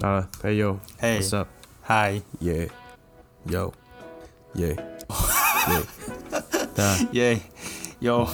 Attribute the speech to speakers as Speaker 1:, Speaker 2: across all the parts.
Speaker 1: 好了，哎呦
Speaker 2: 嘿，
Speaker 1: ，What's up？
Speaker 2: 嗨，
Speaker 1: 耶，有，耶， 耶，对啊，
Speaker 2: 耶，有，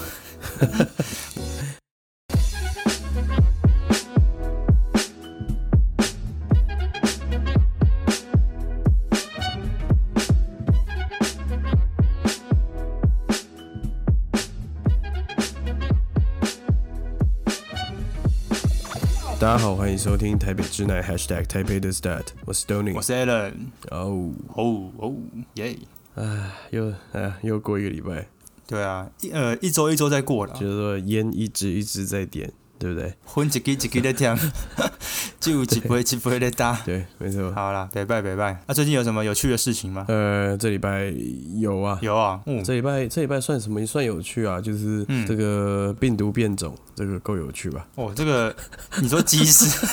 Speaker 1: 大家好，欢迎收听台北之奶 Hashtag 台北的 Stat，我是 Tony
Speaker 2: 我。是 Alan，
Speaker 1: 哦，
Speaker 2: 嗯哦哦，耶，
Speaker 1: 哎，又哎又过一个礼拜，
Speaker 2: 对啊，一呃一周一周在过了
Speaker 1: 就，是说烟一支一支在点，对不对？
Speaker 2: 分一支一支在听， 只有一杯一杯在打。
Speaker 1: 对，没错。
Speaker 2: 好啦，拜拜拜拜。啊那最近有什么有趣的事情吗？
Speaker 1: 呃，这礼拜有啊，
Speaker 2: 有啊，嗯，
Speaker 1: 这礼拜这礼拜算什么？算有趣啊，就是
Speaker 2: 嗯
Speaker 1: 这个病毒变种，这个够有趣吧？
Speaker 2: 哦，这个你说机师，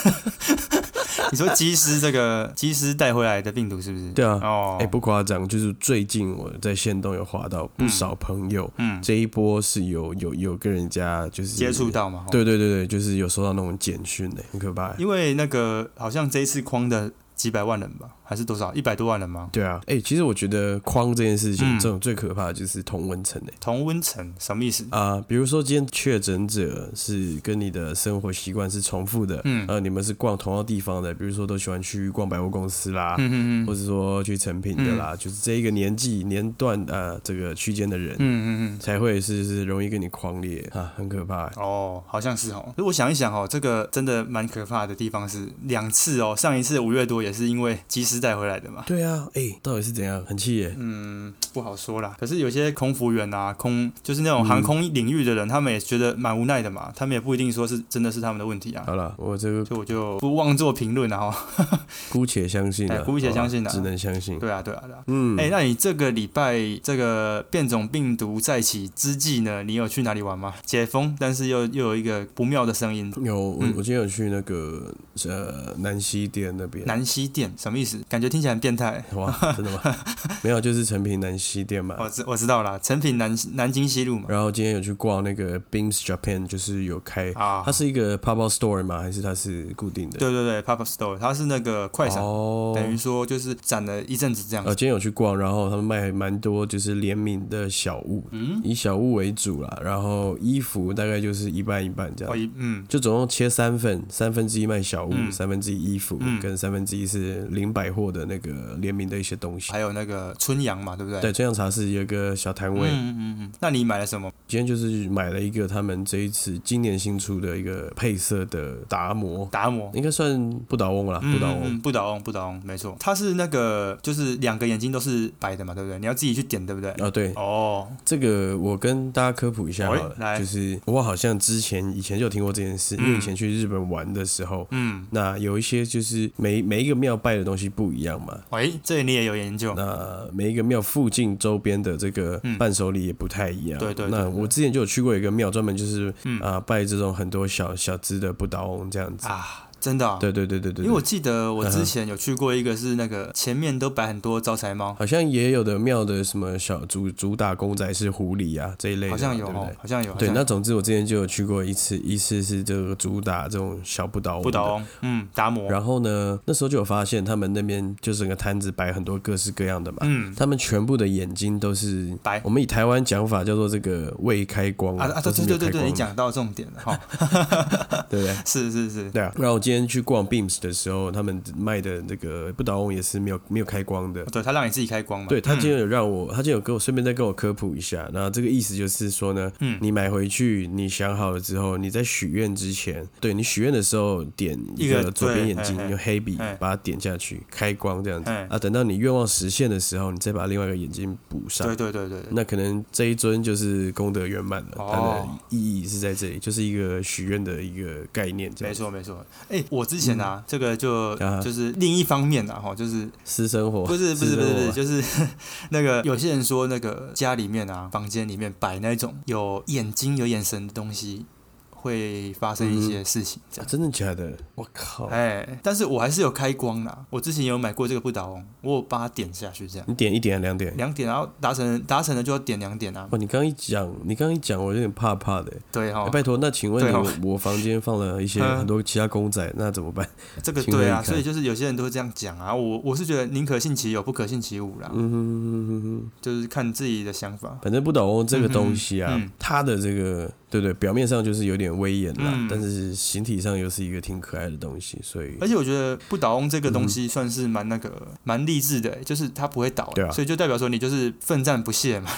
Speaker 2: 你说机师这个机师带回来的病毒是不是？
Speaker 1: 对啊，
Speaker 2: 哦
Speaker 1: 哎、，不夸张，就是最近我在线动有划到不少朋友，
Speaker 2: 嗯，
Speaker 1: 这一波是有有有跟人家就是
Speaker 2: 接触，到嘛，哦
Speaker 1: 对对对对，就是有收到那种简讯呢、很可怕、欸
Speaker 2: 因为那个好像这一次框的几百万人吧，还是多少一百多万人吗？
Speaker 1: 对啊，哎、其实我觉得框这件事情，
Speaker 2: 嗯
Speaker 1: 这种最可怕的就是同温层诶。欸
Speaker 2: 同温层什么意思？
Speaker 1: 啊、比如说今天确诊者是跟你的生活习惯是重复的，
Speaker 2: 嗯
Speaker 1: 呃，你们是逛同样地方的，比如说都喜欢去逛百货公司啦，
Speaker 2: 嗯嗯嗯嗯
Speaker 1: 或是说去成品的啦，就是这一个年纪年段呃这个区间的人，
Speaker 2: 嗯嗯嗯。
Speaker 1: 才会是是容易跟你狂烈啊，很可怕欸。
Speaker 2: 哦，好像是哦。如果想一想哦，这个真的蛮可怕的地方是两次哦，上一次五月多也是因为机师带回来的嘛。
Speaker 1: 对啊，哎、到底是怎样？很气欸耶、
Speaker 2: 嗯，不好说啦。可是有些空服员啊，空就是那种航空领域的人，他们也觉得蛮无奈的嘛。他们也不一定说是真的是他们的问题啊。
Speaker 1: 好了，我这个
Speaker 2: 所以我就不妄作评论了啊哦哈。
Speaker 1: 姑且相信啊，
Speaker 2: 哎姑且相信啊
Speaker 1: 好吧只能相信。
Speaker 2: 对啊，对啊，对啊。
Speaker 1: 嗯，
Speaker 2: 哎、那你这个礼拜这个变种病毒再起之际呢，你有去哪里玩吗？解封，但是又又有一个不妙的声音。
Speaker 1: 有我
Speaker 2: 嗯
Speaker 1: 我今天有去那个呃南溪店那边。
Speaker 2: 南西店什么意思？感觉听起来很变态。
Speaker 1: 哇，真的吗？没有，就是成品南溪店嘛。
Speaker 2: 我知我知道啦，成品南南京西路嘛。
Speaker 1: 然后今天有去逛那个 Beams Japan，就是有开，
Speaker 2: 啊
Speaker 1: 它，是一个 pop up store 吗？还是它是固定的？
Speaker 2: 对对对，Pop Up Store，它是那个快闪，
Speaker 1: 哦，
Speaker 2: 等于说就是展了一阵子这样
Speaker 1: 呃，
Speaker 2: 子。
Speaker 1: 今天有去逛，然后他们卖蛮多就是联名的小物，
Speaker 2: 嗯，
Speaker 1: 以小物为主啦，然后衣服大概就是一半一半这
Speaker 2: 我
Speaker 1: 样，
Speaker 2: 一嗯
Speaker 1: 就总共切三份，三分之一卖小物，
Speaker 2: 嗯
Speaker 1: 三分之一衣服，
Speaker 2: 嗯
Speaker 1: 跟三分之一是零百货的那个联名的一些东西。
Speaker 2: 还有那个春阳嘛，对不对？
Speaker 1: 对，这样茶室有一个小摊
Speaker 2: 嗯，
Speaker 1: 位，
Speaker 2: 嗯嗯嗯。那你买了什么？
Speaker 1: 今天就是买了一个他们这一次今年新出的一个配色的达摩，
Speaker 2: 达摩。
Speaker 1: 应该算不倒翁啦，不倒翁。
Speaker 2: 嗯，嗯不倒翁，不倒翁，没错，它是那个就是两个眼睛都是白的嘛，对不对？你要自己去点，对不对？
Speaker 1: 啊，对，
Speaker 2: 哦，
Speaker 1: 这个我跟大家科普一下好
Speaker 2: 哎来
Speaker 1: 了，就是我好像之前以前就有听过这件事，因为以前去日本玩的时候，
Speaker 2: 嗯，
Speaker 1: 那有一些就是每每一个庙拜的东西不一样嘛，
Speaker 2: 喂、这你也有研究，
Speaker 1: 那每一个庙附近周边的这个
Speaker 2: 嗯
Speaker 1: 伴手礼也不太一样。
Speaker 2: 对对对
Speaker 1: 那我之前就有去过一个庙，专门就是啊、
Speaker 2: 嗯
Speaker 1: 呃拜这种很多小小只的不倒翁这样子。
Speaker 2: 啊，真的、啊，
Speaker 1: 对对对对嗯对。
Speaker 2: 因为我记得我之前有去过一个是那个前面都摆很多招财猫，
Speaker 1: 好像也有的庙的什么小主主打公仔是狐狸啊这一类的嘛，
Speaker 2: 好像有
Speaker 1: 对不
Speaker 2: 哦
Speaker 1: 对，？
Speaker 2: 好像有，
Speaker 1: 对，
Speaker 2: 好像
Speaker 1: 那
Speaker 2: 有
Speaker 1: 总之我之前就有去过一次，一次是这个主打这种小不倒翁。
Speaker 2: 不倒。翁，嗯，达摩，
Speaker 1: 然后呢，那时候就有发现他们那边就整个摊子摆很多各式各样的嘛，
Speaker 2: 嗯，
Speaker 1: 他们全部的眼睛都是
Speaker 2: 白
Speaker 1: 我们以台湾讲法叫做这个未开光
Speaker 2: 啊啊，
Speaker 1: 都
Speaker 2: 对
Speaker 1: 是
Speaker 2: 对
Speaker 1: 没有
Speaker 2: 对
Speaker 1: 开光
Speaker 2: 对对，
Speaker 1: 的
Speaker 2: 你讲到重点了哈，
Speaker 1: 对不对？
Speaker 2: 是 是是，
Speaker 1: 对啊，然后我今天去逛 Beams 的时候，他们卖的那个不倒翁也是没有没有开光的。
Speaker 2: 对，它让你自己开光嘛，
Speaker 1: 对他今天有让我，他今天有跟我顺便再跟我科普一下。那这个意思就是说呢，
Speaker 2: 嗯
Speaker 1: 你买回去，你想好了之后，你在许愿之前，对你许愿的时候点一
Speaker 2: 一个
Speaker 1: 个左边
Speaker 2: 对
Speaker 1: 眼睛
Speaker 2: 嘿嘿
Speaker 1: 用黑笔
Speaker 2: 嘿
Speaker 1: 把它点下去，开光这样子
Speaker 2: 嘿
Speaker 1: 啊。等到你愿望实现的时候，你再把另外一个眼睛补上。
Speaker 2: 对对对对对，
Speaker 1: 那可能这一尊就是功德圆满了，它的
Speaker 2: 哦
Speaker 1: 意义是在这里，就是一个许愿的一个概念，这
Speaker 2: 没
Speaker 1: 样
Speaker 2: 错没错，哎，我之前啊，这个就
Speaker 1: 啊
Speaker 2: 就是另一方面啊，哈，就是
Speaker 1: 私生活
Speaker 2: 不是不是
Speaker 1: 私
Speaker 2: 不是
Speaker 1: 生
Speaker 2: 不
Speaker 1: 活
Speaker 2: 是，就是 那个有些人说那个家里面啊，房间里面摆那种有眼睛有眼神的东西，会发生一些事情这
Speaker 1: 啊
Speaker 2: 样。
Speaker 1: 真的假的？我靠！
Speaker 2: 哎，但是我还是有开光啦。我之前有买过这个不倒翁，我有把它点下去，这样
Speaker 1: 你点一点啊两点？
Speaker 2: 两点，然后达成达成了就要点两点啊。
Speaker 1: 哇，你刚刚一讲，你刚刚一讲，我有点怕怕的、
Speaker 2: 对哈、
Speaker 1: 哎拜托，那请问你
Speaker 2: 对哦
Speaker 1: 我我房间放了一些
Speaker 2: 嗯
Speaker 1: 很多其他公仔，那怎么办？
Speaker 2: 这个
Speaker 1: 情何
Speaker 2: 对
Speaker 1: 以
Speaker 2: 啊，
Speaker 1: 堪
Speaker 2: 所以就是有些人都会这样讲啊。我我是觉得宁可信其有，不可信其无啦，
Speaker 1: 嗯哼哼哼哼，
Speaker 2: 就是看自己的想法。
Speaker 1: 反正不倒翁这个东西啊，
Speaker 2: 嗯嗯
Speaker 1: 它的这个对不对，表面上就是有点威严啦，
Speaker 2: 嗯哎
Speaker 1: 但是形体上又是一个挺可爱的东西，所以
Speaker 2: 而且我觉得不倒翁这个东西算是蛮那个蛮励志的、欸就是它不会倒、
Speaker 1: 对啊
Speaker 2: 所以就代表说你就是奋战不懈嘛，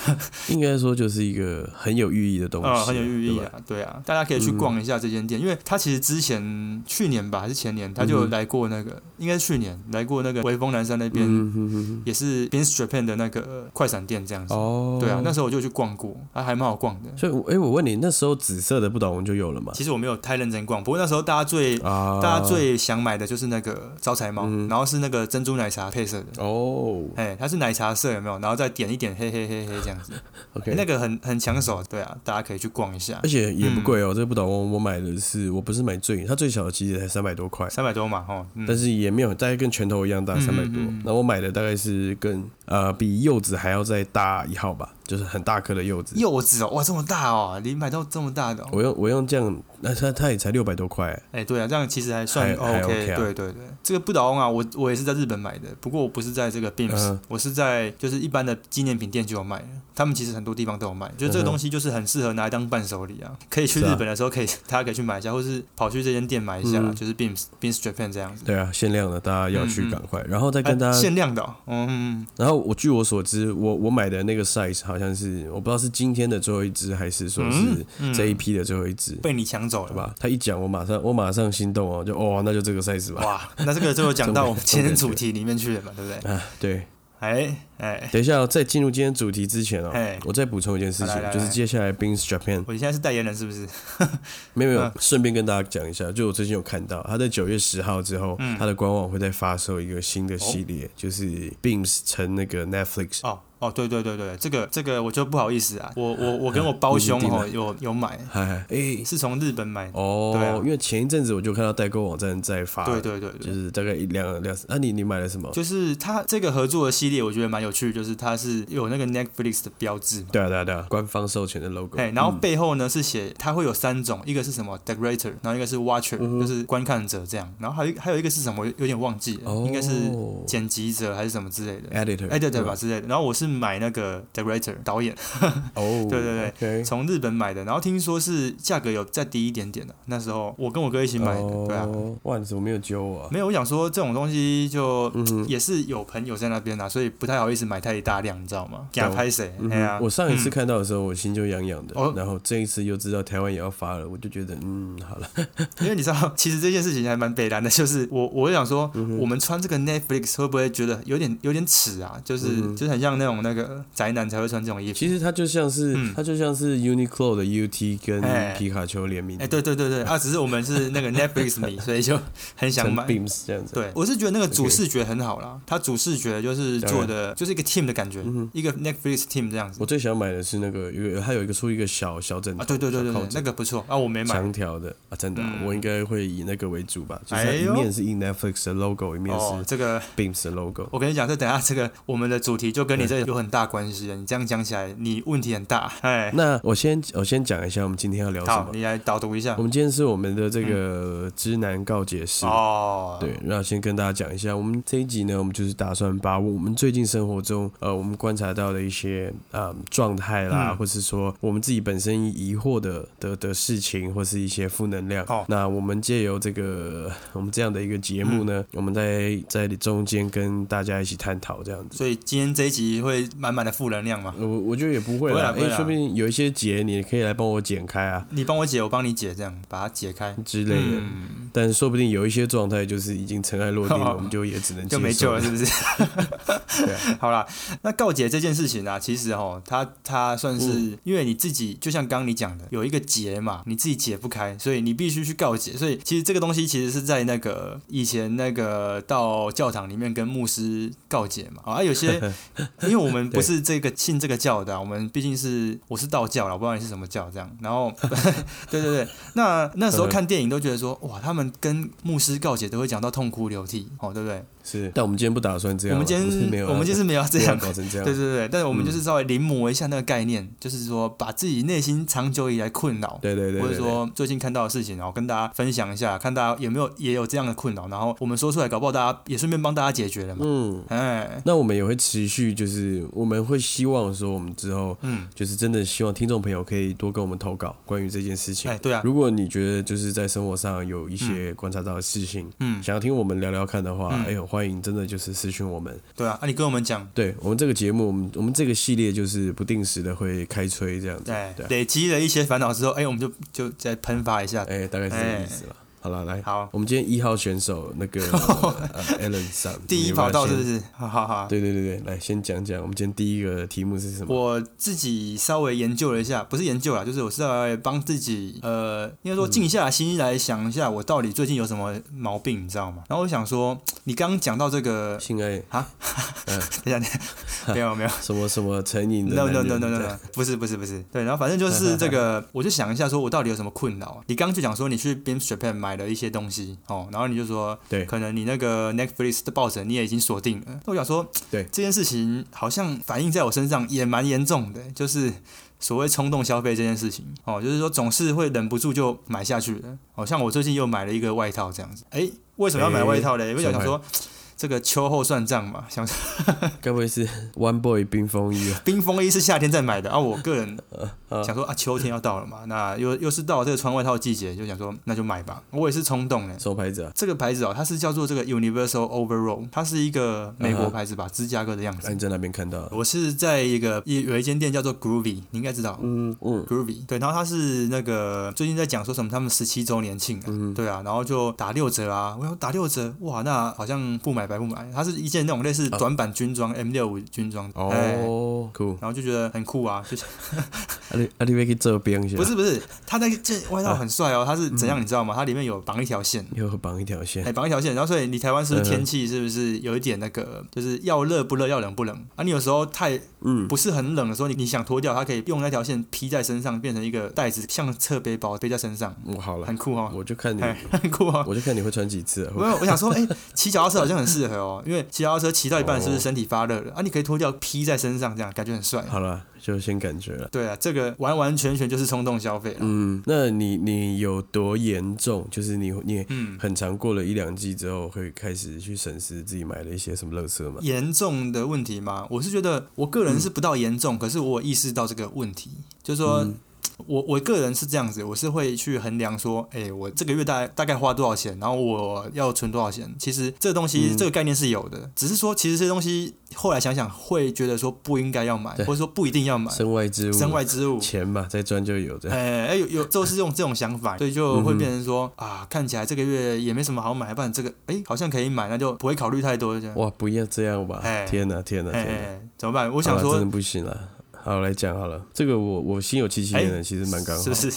Speaker 1: 应该说就是一个很有寓意的东西，
Speaker 2: 啊、很有寓意
Speaker 1: 对吧。嗯
Speaker 2: 啊，对啊，大家可以去逛一下这间店，因为它其实之前去年吧还是前年，它就有
Speaker 1: 嗯哼
Speaker 2: 来过那个，应该是去年来过那个微风南山那边，
Speaker 1: 嗯哼哼
Speaker 2: 也是 b i n s Japan 的那个呃快闪店这样子。
Speaker 1: 哼，哦，
Speaker 2: 对啊，那时候我就去逛过，啊，还蛮好逛的。
Speaker 1: 所以我，哎、我问你，那时候紫色的不倒翁就有了嘛？
Speaker 2: 其实我没有太认真逛，不过那时候大家最
Speaker 1: 啊，
Speaker 2: 大家最想买的就是那个招财猫，
Speaker 1: 嗯
Speaker 2: 然后是那个珍珠奶茶配色的。
Speaker 1: 哦
Speaker 2: 哎、它是奶茶色有没有？然后再点一点黑黑黑黑这样子，
Speaker 1: ，OK，、
Speaker 2: 哎那个很很抢手，对啊，大家可以去逛一下
Speaker 1: 而，且也不贵哦，这个不倒翁我买的是，我不是买最，它最小的其实才三百多块，
Speaker 2: 三百多嘛，吼，嗯，
Speaker 1: 但是也没有大概跟拳头一样大，
Speaker 2: 嗯
Speaker 1: 三百多
Speaker 2: 嗯嗯。
Speaker 1: 那我买的大概是跟呃比柚子还要再大一号吧，就是很大颗的柚子。
Speaker 2: 柚子哦，哇，这么大哦，你买到这么大的、哦，
Speaker 1: 我用我用这样，那它它也才六百多块、
Speaker 2: 哎、对啊，这样其实还算
Speaker 1: 还还 OK 啊
Speaker 2: 对对对，这个不倒翁啊，我我也是在日本买的，不过我不是在这个 Beams，、
Speaker 1: 嗯
Speaker 2: 我是在就是一般的纪念品店就有卖了，他们其实很多地方都有卖，就
Speaker 1: 嗯
Speaker 2: 这个
Speaker 1: 哼
Speaker 2: 东西就是很适合拿来当伴手礼啊，可以去
Speaker 1: 是啊
Speaker 2: 日本的时候可以， 大家可以去买一下，或是跑去这间店买一下啦，
Speaker 1: 嗯
Speaker 2: 就是 Beams Beams Japan 这样子，
Speaker 1: 对啊，限量的，大家要去
Speaker 2: 嗯嗯
Speaker 1: 赶快。然后再跟
Speaker 2: 啊
Speaker 1: 大家，
Speaker 2: 限量的、哦，嗯，
Speaker 1: 然后我据我所知，我我买的那个 size 好像是我不知道是今天的最后一只，还是说是
Speaker 2: 嗯
Speaker 1: 这一批的最后一只，
Speaker 2: 被你抢走了
Speaker 1: 对？吧？他一讲，我马上我马上心动哦，就哦，那就这个 size 吧。
Speaker 2: 哇，那这个就有讲到我们今天
Speaker 1: 重
Speaker 2: 主
Speaker 1: 点
Speaker 2: 题里面去了嘛，对不对？
Speaker 1: 啊，对，
Speaker 2: 哎哎，
Speaker 1: 等一下、哦，在进入今天主题之前哦
Speaker 2: 嘿，
Speaker 1: 我再补充一件事
Speaker 2: 来来
Speaker 1: 情，
Speaker 2: 来
Speaker 1: 就是接下来 Beans Japan
Speaker 2: 我现在是代言人是不是？
Speaker 1: 没有没有
Speaker 2: 嗯，
Speaker 1: 顺便跟大家讲一下，就我最近有看到，它在九月十号之后，
Speaker 2: 嗯
Speaker 1: 它的官网会再发售一个新的系列，就是 Beams 乘那个 Netflix。
Speaker 2: 哦哦，对对对对，这个这个我就不好意思啊，我我我跟我胞兄
Speaker 1: 你已经
Speaker 2: 哦
Speaker 1: 订
Speaker 2: 有有买，
Speaker 1: 嗨，哎，
Speaker 2: 是从日本买的，对啊
Speaker 1: 哦，因为前一阵子我就看到代购网站在发，
Speaker 2: 对对对
Speaker 1: 就
Speaker 2: 对。
Speaker 1: 是大概一两两，那你你买了什么？
Speaker 2: 就是它这个合作的系列，我觉得蛮有趣，就是它是有那个 Netflix 的标志嘛，
Speaker 1: 对啊对啊对啊，官方授权的 logo。
Speaker 2: 哎，然后背后呢是写它会有三种，一个是什么 decorator，然后一个是 watcher，就是
Speaker 1: 嗯
Speaker 2: 观看者这样，然后还有一还有一个是什么，我有点忘记了，
Speaker 1: 哦
Speaker 2: 应该是剪辑者还是什么之类的，
Speaker 1: editor
Speaker 2: 哎，对对吧？之类的。然后我是买那个 director 导演，
Speaker 1: 哦，
Speaker 2: 对对
Speaker 1: 对
Speaker 2: 从日本买的，然后听说是价格有再低一点点的、那时候我跟我哥一起买的，对啊。
Speaker 1: 哦，哇，你怎么没有揪我啊？
Speaker 2: 没有，我想说这种东西就、
Speaker 1: 嗯
Speaker 2: 也是有朋友在那边啊，所以不太好意思买太大量，你知道吗？给他拍谁？
Speaker 1: 嗯
Speaker 2: 哎呀
Speaker 1: 哼，我上一次看到的时候，我心就痒痒的
Speaker 2: 哦，
Speaker 1: 然后这一次又知道台湾也要发了，我就觉得嗯，好了，
Speaker 2: 因为你知道，其实这件事情还蛮北蓝的，就是我我想说，
Speaker 1: 嗯
Speaker 2: 我们穿这个 Netflix 会不会觉得有点有点耻啊？就是、就是很像那种那个宅男才会穿这种衣服。
Speaker 1: 嗯其实它就像是
Speaker 2: 嗯
Speaker 1: 它就像是 Uniqlo 的 UT 跟
Speaker 2: 哎
Speaker 1: 皮卡丘联名
Speaker 2: 哎、，对对对对，啊，只是我们是那个 Netflix 迷，所以就很想
Speaker 1: 成
Speaker 2: 买。
Speaker 1: Beams 这样子，
Speaker 2: 对，我是觉得那个主
Speaker 1: OK
Speaker 2: 视觉很好啦，它主视觉就是做的就是一个 team 的感觉，一个 Netflix team 这样子
Speaker 1: 嗯我最想买的是那个有个它有一个出一个小小枕头，
Speaker 2: 啊，对对对对
Speaker 1: 小
Speaker 2: 对
Speaker 1: 靠，枕
Speaker 2: 那个不错啊，我没买
Speaker 1: 长条的啊，真的啊，
Speaker 2: 嗯
Speaker 1: 我应该会以那个为主吧，就是它
Speaker 2: 哎
Speaker 1: 一
Speaker 2: 呦
Speaker 1: 面是印 Netflix 的 logo，一面
Speaker 2: 哦，
Speaker 1: 是
Speaker 2: 这个
Speaker 1: Beams 的 logo。
Speaker 2: 我跟你讲，这等下这个我们的主题就跟你这有很大关系了，你这样讲起来，你问题很大，哎，
Speaker 1: 那我先我先讲一下我们今天要聊什
Speaker 2: 好，
Speaker 1: 么。
Speaker 2: 你来导读一下
Speaker 1: 我们今天是我们的这个直男告解室
Speaker 2: 哦，
Speaker 1: 对，那先跟大家讲一下，我们这一集呢，我们就是打算把我们最近生活中，呃，我们观察到的一些呃状态啦，
Speaker 2: 嗯
Speaker 1: 或是说我们自己本身疑惑的的的事情，或是一些负能量。
Speaker 2: 好
Speaker 1: 那我们借由这个我们这样的一个节目呢，
Speaker 2: 嗯
Speaker 1: 我们在在中间跟大家一起探讨这样子。
Speaker 2: 所以今天这一集会满满的负能量嘛，
Speaker 1: 呃我我觉得也不会啦，
Speaker 2: 不会啦不
Speaker 1: 哎、
Speaker 2: 会啦
Speaker 1: 说不定有一些结你可以来帮我剪开啊
Speaker 2: 你帮我解，我帮你解，这样把它解开
Speaker 1: 之类的。
Speaker 2: 嗯，
Speaker 1: 但说不定有一些状态就是已经尘埃落定 了，
Speaker 2: 哦
Speaker 1: 我们就也只能接
Speaker 2: 就
Speaker 1: 受
Speaker 2: 没救了，是不是？
Speaker 1: 对啊
Speaker 2: 好啦，那告解这件事情啊，其实哦，它它算是、
Speaker 1: 嗯
Speaker 2: 因为你自己，就像刚刚你讲的，有一个结嘛，你自己解不开，所以你必须去告解。所以其实这个东西其实是在那个以前那个到教堂里面跟牧师告解嘛。啊，有些因为我们不是这个信这个教的啊、我们毕竟是我是道教啦，我不知道你是什么教这样。然后，对对对，那那
Speaker 1: 嗯
Speaker 2: 时候看电影都觉得说，哇，他们跟牧师告解都会讲到痛哭流涕，哦，对不对？
Speaker 1: 是。但我们今天不打算这样啊，
Speaker 2: 我们今
Speaker 1: 是没有
Speaker 2: 天
Speaker 1: 要，
Speaker 2: 我们今天是没有要这
Speaker 1: 没有
Speaker 2: 样
Speaker 1: 要，搞成这样，
Speaker 2: 对对对，但是我们
Speaker 1: 嗯
Speaker 2: 就是稍微临摹一下那个概念，就是说把自己内心长久以来困扰，
Speaker 1: 对对对，
Speaker 2: 或者
Speaker 1: 对
Speaker 2: 说最近看到的事情，然后跟大家分享一下，看大家有没有也有这样的困扰，然后我们说出来，搞不好大家也顺便帮大家解决了嘛。
Speaker 1: 嗯，
Speaker 2: 哎，
Speaker 1: 那我们也会持续，就是我们会希望说，我们之后
Speaker 2: 嗯，
Speaker 1: 就是真的希望听众朋友可以多跟我们投稿关于这件事情
Speaker 2: 哎，。对啊，
Speaker 1: 如果你觉得就是在生活上有一些观察到的事情，
Speaker 2: 嗯，
Speaker 1: 想要听我们聊聊看的话，
Speaker 2: 嗯
Speaker 1: 哎呦，欢迎真的就是私讯我们。
Speaker 2: 对啊，啊，你跟我们讲，
Speaker 1: 对我们这个节目，我们我们这个系列就是不定时的会开吹这样子，
Speaker 2: 哎
Speaker 1: 对，啊，
Speaker 2: 累积了一些烦恼之后，哎，我们就就再喷发一下。
Speaker 1: 哎，大概是这个意思了。好了，来，
Speaker 2: 好，
Speaker 1: 我们今天一号选手那 个呃 Alan 上
Speaker 2: 第一跑道是不？是？好好好，
Speaker 1: 你要要先对对对对，来先讲讲我们今天第一个题目是什么？
Speaker 2: 我自己稍微研究了一下，不是研究啦，就是我是来帮自己，呃，应该说静下心来想一下，我到底最近有什么毛病，你知道吗？然后我想说，你刚刚讲到 这个，
Speaker 1: 性爱
Speaker 2: 等一下，没有没有。
Speaker 1: 什么什么成瘾的
Speaker 2: No
Speaker 1: 男人
Speaker 2: no no no no，
Speaker 1: 对嗯
Speaker 2: no，不是不是不是，对，然后反正就是这 个，我就想一下，说我到底有什么困扰啊？你刚刚就讲说你去 b e a m s Japan 买了一些东西哦，然后你就说
Speaker 1: 对
Speaker 2: 可能你那个 Netflix 的抱枕你也已经锁定了。那我想说，
Speaker 1: 对
Speaker 2: 这件事情好像反映在我身上也蛮严重的，就是所谓冲动消费这件事情哦，就是说总是会忍不住就买下去了。好、像我最近又买了一个外套这样子，哎，为什么要买外套嘞？因为
Speaker 1: 什么
Speaker 2: 想说。这个秋后算账嘛，想说
Speaker 1: 该不会是 One Boy 冰风衣啊？
Speaker 2: 冰风衣是夏天再买的啊，我 个人
Speaker 1: 呃
Speaker 2: 想说啊，秋天要到了嘛，那又又是到了这个穿外套的季节，就想说那就买吧。我也是冲动嘞，
Speaker 1: 什么牌子啊？
Speaker 2: 这个牌子哦，它是叫做这个 Universal Overall，它是一个美国牌子吧，芝加哥的样
Speaker 1: 那
Speaker 2: 子。
Speaker 1: 你在哪边看到的？
Speaker 2: 我是在一个一有一间店叫做 Groovy，你应该知道。
Speaker 1: 嗯嗯，
Speaker 2: Groovy 对，然后它是那个最近在讲说什么他们十七周年庆啊，
Speaker 1: 嗯
Speaker 2: 对啊，然后就打六折啊，我要打六折，哇，那好像不买白不买。它是一件那种类似短版军装、M 六五军装，哎
Speaker 1: 啊哦，酷，
Speaker 2: 然后就觉得很酷啊，就是
Speaker 1: 啊你啊你要去这边去？
Speaker 2: 不，是不是，它那个这外套很帅哦，它是怎样你知道吗？它里面有绑一条线。
Speaker 1: 又绑一条线
Speaker 2: 哎，。绑一条线，然后所以你台湾是不
Speaker 1: 嗯
Speaker 2: 是
Speaker 1: 哼
Speaker 2: 天气是不是有一点那个，就是要热不热，要冷不冷啊？你有时候太
Speaker 1: 嗯，
Speaker 2: 不是很冷的时候，你你想脱掉，它可以用那条线披在身上，变成一个袋子，像侧背包背在身上，
Speaker 1: 我嗯好了，
Speaker 2: 很酷哦，
Speaker 1: 我就看你，
Speaker 2: 哎，很酷哦。
Speaker 1: 我就看你会穿几次啊？
Speaker 2: 没有，我想说，哎、骑脚踏车好像很适合哦，因为骑脚踏车骑到一半是不是
Speaker 1: 哦
Speaker 2: 身体发热了、啊？你可以脱掉披在身上，这样感觉很帅。
Speaker 1: 好了，就先感觉了。
Speaker 2: 对啊，这个完完全全就是冲动消费了。
Speaker 1: 嗯，那你你有多严重？就是你你
Speaker 2: 嗯
Speaker 1: 很常过了一两季之后，会开始去审视自己买了一些什么垃圾吗？
Speaker 2: 严重的问题吗？我是觉得我个人是不到严
Speaker 1: 嗯
Speaker 2: 重，可是我有意识到这个问题，就是说。我我个人是这样子，我是会去衡量说，哎、我这个月大大概花多少钱，然后我要存多少钱。其实这个东西、
Speaker 1: 嗯
Speaker 2: 这个概念是有的，只是说其实这些东西后来想想会觉得说不应该要买，或者说不一定要买，
Speaker 1: 身外之物，
Speaker 2: 身外之物。
Speaker 1: 钱嘛，再赚就有的。
Speaker 2: 哎、哎有有就是用这种想法，所以就会变成说、
Speaker 1: 嗯
Speaker 2: 啊，看起来这个月也没什么好买，不然这个哎、好像可以买，那就不会考虑太多这样。
Speaker 1: 哇，不要这样吧！
Speaker 2: 哎
Speaker 1: 天哪，天哪，
Speaker 2: 哎、
Speaker 1: 天哪！
Speaker 2: 哎怎么办？我
Speaker 1: 我
Speaker 2: 想说
Speaker 1: 真的不行了。好，来讲好了，这个我我心有戚戚焉的，其实蛮刚好。
Speaker 2: 哎是不 是？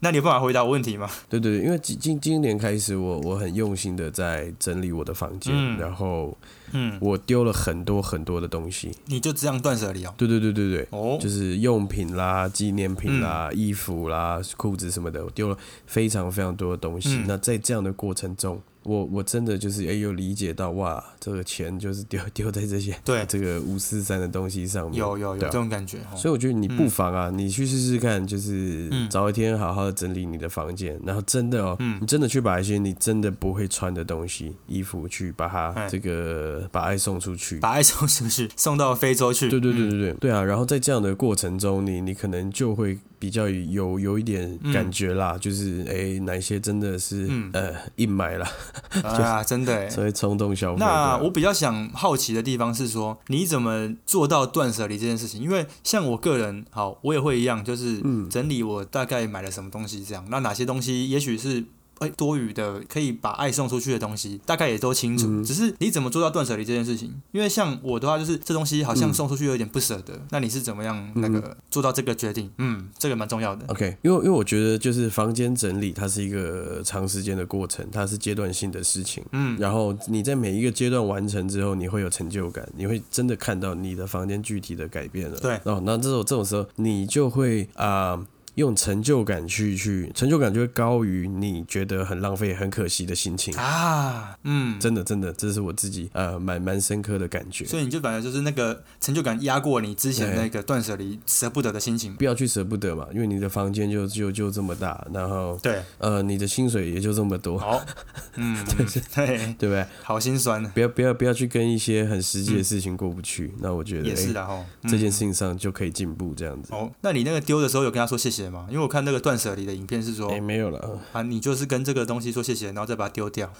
Speaker 2: 那你有办法回答我问题吗？
Speaker 1: 对对对，因为今今今年开始我，我很用心的在整理我的房间，
Speaker 2: 嗯
Speaker 1: 然后
Speaker 2: 嗯，
Speaker 1: 我丢了很多很多的东西。
Speaker 2: 你就这样断舍离哦。
Speaker 1: 对对对对对，
Speaker 2: 哦嗯
Speaker 1: 就，是用品啦、纪念品啦、衣服啦、裤子什么的，我丢了非常非常多的东西。
Speaker 2: 嗯
Speaker 1: 那在这样的过程中，我我真的就是也有理解到，哇，这个钱就是丢 丢在这些
Speaker 2: 对，
Speaker 1: 这个五四三的东西上面。
Speaker 2: 有有
Speaker 1: 对
Speaker 2: 有这
Speaker 1: 啊
Speaker 2: 种感觉哦。
Speaker 1: 所以我觉得你不妨啊，你去试试看，就是
Speaker 2: 嗯
Speaker 1: 找一天好好的整理你的房间，然后真的哦，
Speaker 2: 嗯
Speaker 1: 你真的去把一些你真的不会穿的东西、衣服去把它
Speaker 2: 哎
Speaker 1: 这个把爱送出去。
Speaker 2: 把爱送出去，送到非洲去。
Speaker 1: 对对对
Speaker 2: 嗯，
Speaker 1: 对对，对啊，然后在这样的过程中，你你可能就会比较有有一点感觉啦，就是哎，哪一些真的是
Speaker 2: 嗯
Speaker 1: 呃硬买啦，
Speaker 2: 啊，真的耶。
Speaker 1: 所以冲动消费。
Speaker 2: 那
Speaker 1: 对
Speaker 2: 我
Speaker 1: 啊
Speaker 2: 比较想好奇的地方是说，你怎么做到断舍离这件事情？因为像我个人，
Speaker 1: 嗯
Speaker 2: 好，我也会一样，就是整理我大概买了什么东西这样。那哪些东西也许是哎、多余的可以把爱送出去的东西，大概也都清楚。
Speaker 1: 嗯
Speaker 2: 只是你怎么做到断舍离这件事情？因为像我的话，就是这东西好像送出去有点不舍得，
Speaker 1: 嗯
Speaker 2: 那你是怎么样那个做到这个决定？嗯，这个蛮重要的。
Speaker 1: OK，因为因为我觉得就是房间整理，它是一个长时间的过程，它是阶段性的事情。嗯，然后你在每一个阶段完成之后，你会有成就感，你会真的看到你的房间具体的改变了。
Speaker 2: 对
Speaker 1: 哦，那这种这种时候，你就会啊。用成就感去去，成就感就会高于你觉得很浪费、很可惜的心情。
Speaker 2: 啊，嗯，
Speaker 1: 真的，真的，这是我自己呃蛮蛮深刻的感觉。
Speaker 2: 所以你就反而就是那个成就感压过你之前
Speaker 1: 对
Speaker 2: 那个断舍离舍不得的心情。
Speaker 1: 不要去舍不得嘛，因为你的房间就就就这么大，然后
Speaker 2: 对，
Speaker 1: 呃你的薪水也就这么多，
Speaker 2: 好， 嗯， 对，
Speaker 1: 对不对？
Speaker 2: 好心酸，
Speaker 1: 不要不要不要去跟一些很实际的事情过不去。那我觉得
Speaker 2: 嗯也是
Speaker 1: 哎
Speaker 2: 的哈。嗯
Speaker 1: 这件事情上就可以进步这样子。
Speaker 2: 哦，那你那个丢的时候有跟他说谢谢吗？因为我看那个断舍离的影片是说
Speaker 1: 哎、没有了，
Speaker 2: 啊，你就是跟这个东西说谢谢，然后再把它丢掉，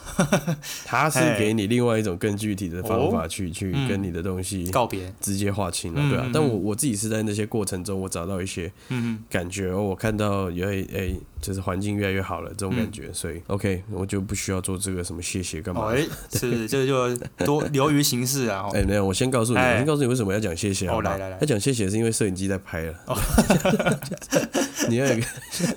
Speaker 1: 它是给你另外一种更具体的方法去、去
Speaker 2: 嗯
Speaker 1: 跟你的东西
Speaker 2: 告别。
Speaker 1: 直接划清了，
Speaker 2: 嗯
Speaker 1: 对啊
Speaker 2: 嗯。
Speaker 1: 但
Speaker 2: 嗯
Speaker 1: 我我自己是在那些过程中，我找到一些
Speaker 2: 嗯
Speaker 1: 感觉，哦我看到也哎、就是环境越来越好了这
Speaker 2: 嗯
Speaker 1: 种感觉，所以 OK，我就不需要做这个什么谢谢干
Speaker 2: 哼，
Speaker 1: 嘛
Speaker 2: 哦，
Speaker 1: 的。
Speaker 2: 哎、是这就多流于形式啊。
Speaker 1: 哎、
Speaker 2: 哦
Speaker 1: 没有，我先告诉你，
Speaker 2: 哎
Speaker 1: 我先告诉你为什么要讲谢谢
Speaker 2: 哦
Speaker 1: 好不好
Speaker 2: 来来来哦
Speaker 1: 要讲谢谢是因为摄影机在拍了， 你要有一个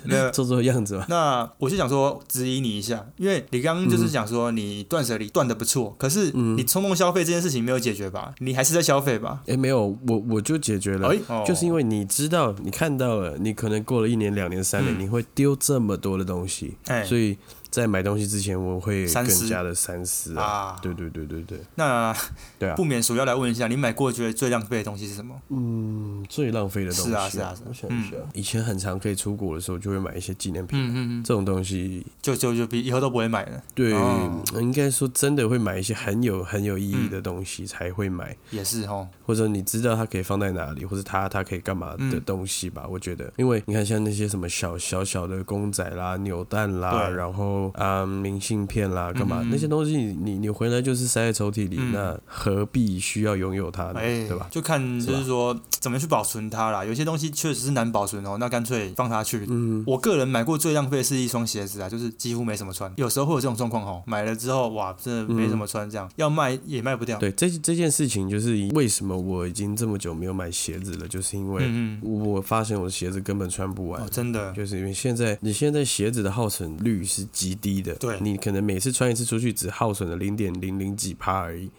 Speaker 2: 没有。
Speaker 1: 做做样子嘛。
Speaker 2: 那我就想说质疑你一下，因为你刚刚就是讲说你断舍离断的不错，可是
Speaker 1: 嗯
Speaker 2: 你冲动消费这件事情没有解决吧？你还是在消费吧？
Speaker 1: 哎、没有，我我就解决了。
Speaker 2: 哎哦
Speaker 1: 就是因为你知道，你看到了，你可能过了一年、两年、三年，
Speaker 2: 嗯
Speaker 1: 你会丢这么多的东西，
Speaker 2: 哎
Speaker 1: 所以在买东西之前，我会
Speaker 2: 三
Speaker 1: 更
Speaker 2: 思
Speaker 1: 加的三思啊。
Speaker 2: 啊，
Speaker 1: 对对对对对，
Speaker 2: 那
Speaker 1: 对啊
Speaker 2: 不免俗要来问一下，你买过觉得最浪费的东西是什么？
Speaker 1: 嗯，最浪费的东西、
Speaker 2: 是啊是啊是啊
Speaker 1: 我想一下，以前很常可以出国的时候，就会买一些纪念品，啊
Speaker 2: 嗯嗯嗯，
Speaker 1: 这种东西。
Speaker 2: 就就就比以后都不会买了，
Speaker 1: 对，嗯
Speaker 2: 哦嗯
Speaker 1: 应该说真的会买一些很有很有意义的东西才会买，
Speaker 2: 也是哦，
Speaker 1: 或者你知道它可以放在哪里，或者它它可以干嘛的
Speaker 2: 嗯
Speaker 1: 东西吧。我觉得，因为你看像那些什么小小小的公仔啦、扭蛋啦，
Speaker 2: 对
Speaker 1: 然后啊、明信片啦，干嘛、
Speaker 2: 嗯嗯嗯
Speaker 1: 那些东西你，你你回来就是塞在抽屉里，
Speaker 2: 嗯
Speaker 1: 那何必需要拥有它呢？
Speaker 2: 哎，
Speaker 1: 啊对吧？
Speaker 2: 就看就是说怎么去保存它啦。有些东西确实是难保存哦，那干脆放它去。
Speaker 1: 嗯，
Speaker 2: 我个人买过最浪费的是一双鞋子啊，就是几乎没什么穿。有时候会有这种状况哦，买了之后哇，真的没什么穿，这样、要卖也卖不掉。
Speaker 1: 嗯对，这这件事情就是为什么我已经这么久没有买鞋子了，就是因为
Speaker 2: 嗯嗯，
Speaker 1: 我发现我的鞋子根本穿不完。
Speaker 2: 哦，真的，
Speaker 1: 就是因为现在你现在鞋子的耗损率是极低的，
Speaker 2: 对
Speaker 1: 你可能每次穿一次出去只耗损了零点零零几帕而已，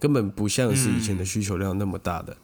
Speaker 1: 根本不像是以前的需求量那么大的。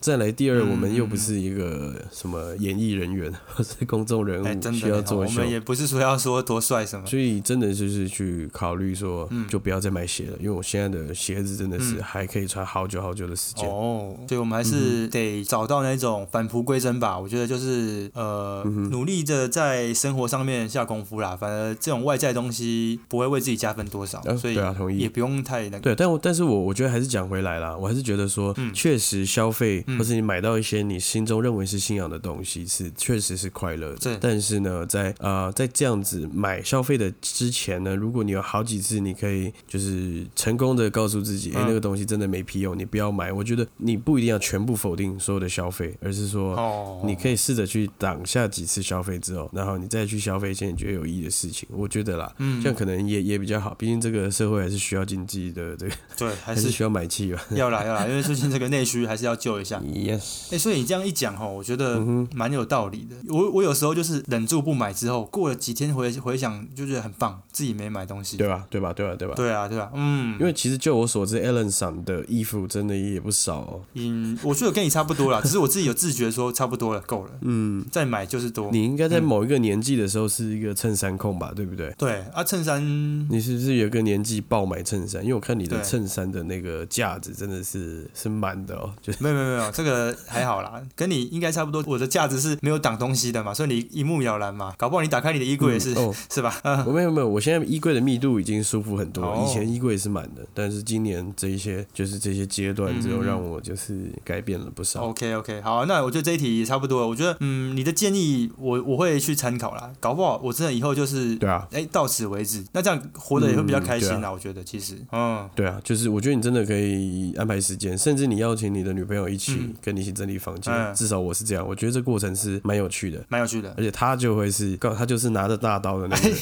Speaker 1: 再来第二，
Speaker 2: 嗯
Speaker 1: 我们又不是一个什么演艺人员或是公众人
Speaker 2: 哎，
Speaker 1: 物
Speaker 2: 真
Speaker 1: 需
Speaker 2: 的
Speaker 1: 要
Speaker 2: 呢，哦
Speaker 1: 作
Speaker 2: 我
Speaker 1: 秀
Speaker 2: 们，也不是说要说多帅什么。
Speaker 1: 所以真的就是去考虑说，
Speaker 2: 嗯
Speaker 1: 就不要再买鞋了，因为我现在的鞋子真的是
Speaker 2: 嗯
Speaker 1: 还可以穿好久好久的时间。
Speaker 2: 哦，所以我们还
Speaker 1: 嗯
Speaker 2: 是得找到那种返璞归真吧。我觉得就是呃，
Speaker 1: 嗯
Speaker 2: 努力的在生活上面下功夫啦。反而这种外在东西不会为自己加分多少，
Speaker 1: 啊
Speaker 2: 所以
Speaker 1: 对啊同意
Speaker 2: 也不用太那个。
Speaker 1: 对，但我但是我我觉得还是讲回来啦，我还是觉得说，
Speaker 2: 嗯
Speaker 1: 确实消费、或是你买到一些你心中认为是信仰的东西是，确实是快乐
Speaker 2: 对
Speaker 1: 的。但是呢，在呃在这样子买消费的之前呢，如果你有好几次你可以就是成功的告诉自己，哎、
Speaker 2: 嗯
Speaker 1: 那个东西真的没屁用，你不要买。我觉得你不一定要全部否定所有的消费，而是说。
Speaker 2: 哦，
Speaker 1: 你可以试着去挡下几次消费之后，然后你再去消费一些你觉得有意义的事情，我觉得啦，
Speaker 2: 嗯
Speaker 1: 这样可能也也比较好，毕竟这个社会还是需要经济的这个
Speaker 2: 对，还
Speaker 1: 还是
Speaker 2: 是
Speaker 1: 需要买气 吧。
Speaker 2: 要啦要啦，因为最近这个内需还是要救一下。
Speaker 1: Yes，
Speaker 2: 哎、所以你这样一讲吼，我觉得
Speaker 1: 嗯
Speaker 2: 蛮有道理的。我我有时候就是忍住不买之后，过了几天回回想，就觉得很棒，自己没买东西。
Speaker 1: 对吧？对吧？对吧？对吧？
Speaker 2: 对啊，对啊，嗯，
Speaker 1: 因为其实就我所知，Allen 赏的衣服真的也不少哦。
Speaker 2: 嗯，我觉得跟你差不 多啦，只是我自己有自觉说差不多了，够了，嗯，再买就是多。
Speaker 1: 你应该在某一个年纪的时候是一个衬衫控吧，对不对？
Speaker 2: 对啊，衬衫
Speaker 1: 你是不是有一个年纪爆买衬衫？因为我看你的
Speaker 2: 对
Speaker 1: 衬衫的那个架子真的是是满的哦，就是
Speaker 2: 没有没有没有，这个还好啦，跟你应该差不多。我的价值是没有挡东西的嘛，所以你一目了然嘛，搞不好你打开你的衣柜也是、
Speaker 1: 嗯哦
Speaker 2: 是吧？嗯，
Speaker 1: 我没有没有，我现在衣柜的密度已经舒服很多了。
Speaker 2: 哦
Speaker 1: 以前衣柜是满的，但是今年这一些就是这些阶段之后，
Speaker 2: 嗯嗯嗯哦
Speaker 1: 让我就是改变了不少。
Speaker 2: OK OK，好，那我觉得这一题也差不多了。我觉得，嗯，你的建议我我会去参考啦。搞不好我真的以后就是，
Speaker 1: 对啊，
Speaker 2: 哎、到此为止。那这样活得也会比较开心
Speaker 1: 嗯
Speaker 2: 啦。
Speaker 1: 对
Speaker 2: 我觉得其实，嗯，
Speaker 1: 对啊，就是我觉得你真的可以安排时间，甚至你邀请你的女朋友一起，去
Speaker 2: 嗯
Speaker 1: 跟你一起整理房间，
Speaker 2: 嗯
Speaker 1: 至少我是这样，我觉得这过程是蛮有趣的。
Speaker 2: 蛮有趣的。
Speaker 1: 而且他就会是，告他就是拿着大刀的那个人，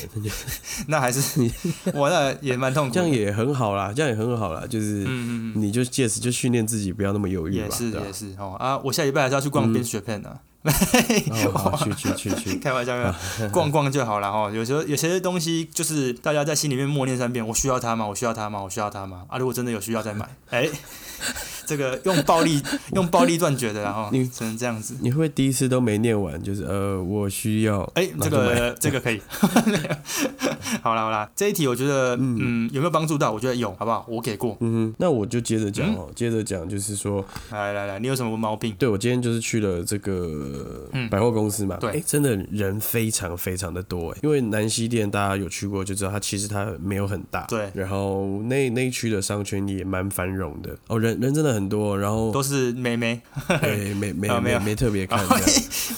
Speaker 2: 那还是我那也蛮痛苦的。
Speaker 1: 这样也很好啦，这样也很好啦，就是
Speaker 2: 哎嗯嗯嗯，
Speaker 1: 你就借此就训练自己不要那么犹豫吧，
Speaker 2: 也是
Speaker 1: 对吧
Speaker 2: 也？是哦啊！我下礼拜还是要去逛
Speaker 1: 嗯
Speaker 2: 冰雪片呢。
Speaker 1: 哦好去去去去，
Speaker 2: 开玩笑，开玩 笑逛逛就好了哈。有时候有些东西就是大家在心里面默念三遍：我需要它吗？我需要它吗？我需要它吗？啊，如果真的有需要 再买。哎、这个用暴力用暴力断绝的，然后
Speaker 1: 你
Speaker 2: 只能这样子。
Speaker 1: 你会不会第一次都没念完？就是呃，我需要，
Speaker 2: 哎、
Speaker 1: 那
Speaker 2: 这
Speaker 1: 就买
Speaker 2: 个 这个可以。好啦好啦，这一题我觉得嗯有没有帮助到？我觉得有，好不好？我给过。
Speaker 1: 嗯哼，那我就接着讲
Speaker 2: 嗯
Speaker 1: 哦，接着讲就是说，
Speaker 2: 来来来，你有什么毛病？
Speaker 1: 对我今天就是去了这个
Speaker 2: 嗯
Speaker 1: 百货公司嘛，
Speaker 2: 对
Speaker 1: 诶真的人非常非常的多哎，因为南西店大家有去过就知道，它其实它没有很大，
Speaker 2: 对
Speaker 1: 然后那那一区的商圈也蛮繁荣的哦，人人真的很多，然后
Speaker 2: 都是妹妹。
Speaker 1: 对没没
Speaker 2: 啊没
Speaker 1: 没
Speaker 2: 有
Speaker 1: 没特别看这 样。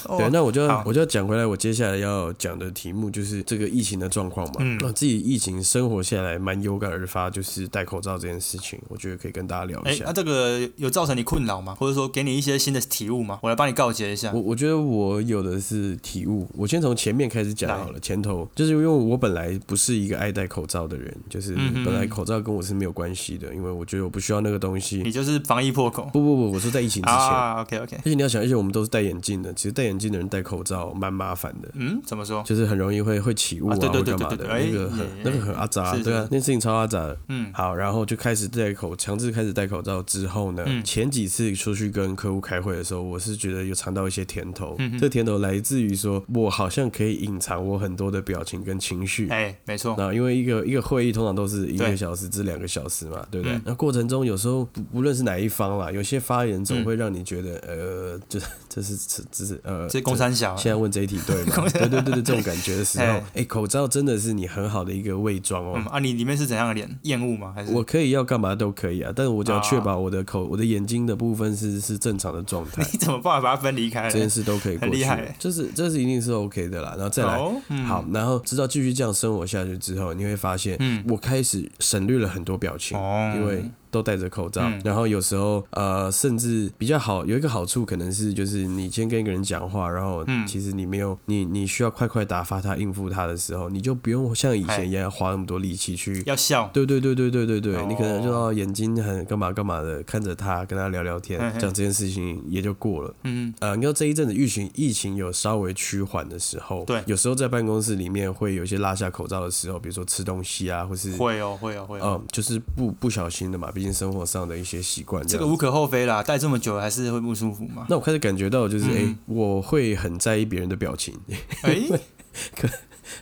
Speaker 2: 哦
Speaker 1: 对，那我就
Speaker 2: 好
Speaker 1: 我就要讲回来，我接下来要讲的题目就是这个疫情的状况嘛。
Speaker 2: 嗯
Speaker 1: 那自己疫情生活下来，蛮有感而发，就是戴口罩这件事情，我觉得可以跟大家聊
Speaker 2: 哎
Speaker 1: 一，下。
Speaker 2: 那、这个有造成你困扰吗？或者说给你一些新的体悟吗？我来帮你告诫一下
Speaker 1: 我。我觉得我有的是体悟，我先从前面开始讲好了。前头就是因为我本来不是一个爱戴口罩的人，就是
Speaker 2: 嗯嗯嗯
Speaker 1: 本来口罩跟我是没有关系的，因为我觉得我不需要那个东西
Speaker 2: 你。就是防疫破口
Speaker 1: 不不不，我说在疫情之前，
Speaker 2: 啊。OK OK，
Speaker 1: 而且你要想，而且我们都是戴眼镜的，其实戴眼镜的人戴口罩蛮麻烦的。
Speaker 2: 嗯，怎么说？
Speaker 1: 就是很容易会会起雾啊，
Speaker 2: 啊对对
Speaker 1: 会干
Speaker 2: 对
Speaker 1: 嘛
Speaker 2: 对
Speaker 1: 的，
Speaker 2: 对
Speaker 1: 那个
Speaker 2: 哎
Speaker 1: 很
Speaker 2: 也
Speaker 1: 那个很阿杂，
Speaker 2: 是
Speaker 1: 对啊
Speaker 2: 是，
Speaker 1: 那事情超阿杂的。
Speaker 2: 嗯
Speaker 1: 好，然后就开始戴口，强制开始戴口罩之后呢，
Speaker 2: 嗯
Speaker 1: 前几次出去跟客户开会的时候，我是觉得有尝到一些甜头。
Speaker 2: 嗯哼
Speaker 1: 这甜头来自于说，我好像可以隐藏我很多的表情跟情绪。
Speaker 2: 哎，没错，
Speaker 1: 那因为一个一个会议通常都是一
Speaker 2: 对
Speaker 1: 个小时至两个小时嘛，对不对？
Speaker 2: 嗯
Speaker 1: 那过程中有时候不不论是哪一方啦，有些发言总
Speaker 2: 嗯
Speaker 1: 会让你觉得，呃，这这是这这是呃，
Speaker 2: 这工三小啊，
Speaker 1: 现在问这一题对 吗？对对对对，这种感觉的时候，
Speaker 2: 哎
Speaker 1: 哎、口罩真的是你很好的一个伪装哦。
Speaker 2: 嗯啊，你里面是怎样的脸？厌恶吗？还是
Speaker 1: 我可以要干嘛都可以啊，但是我只要
Speaker 2: 啊
Speaker 1: 确保我的口、我的眼睛的部分是是正常的状态，
Speaker 2: 你怎么办法把它分离开
Speaker 1: 这
Speaker 2: 呢
Speaker 1: 件？事都可以过
Speaker 2: 很厉
Speaker 1: 去
Speaker 2: 害欸。
Speaker 1: 这是这是一定是 OK 的啦。然后再来，
Speaker 2: 哦，嗯
Speaker 1: 好，，然后直到继续这样生活下去之后，你会发现，
Speaker 2: 嗯
Speaker 1: 我开始省略了很多表情，
Speaker 2: 哦
Speaker 1: 因为都戴着口罩。
Speaker 2: 嗯
Speaker 1: 然后有时候呃，甚至比较好有一个好处，可能是就是你先跟一个人讲话，然后
Speaker 2: 嗯
Speaker 1: 其实你没有你你需要快快打发他应付他的时候，你就不用像以前一样花那么多力气去。
Speaker 2: 要笑，
Speaker 1: 对对对对对对对，
Speaker 2: 哦
Speaker 1: 你可能就要眼睛很干嘛干嘛的看着他，跟他聊聊天
Speaker 2: 嘿，嘿
Speaker 1: 讲这件事情也就过了。
Speaker 2: 嗯，
Speaker 1: 呃，你知道这一阵子疫情疫情有稍微趋缓的时候，
Speaker 2: 对
Speaker 1: 有时候在办公室里面会有一些拉下口罩的时候，比如说吃东西啊，或是
Speaker 2: 会哦，会哦，会哦。
Speaker 1: 嗯，就是不不小心的嘛，毕竟生活上的一些习惯
Speaker 2: 这
Speaker 1: 样
Speaker 2: 个无可厚非啦，戴这么久还是会不舒服 嘛。
Speaker 1: 那我开始感觉到就是，
Speaker 2: 嗯
Speaker 1: 哎、我会很在意别人的表情，
Speaker 2: 哎，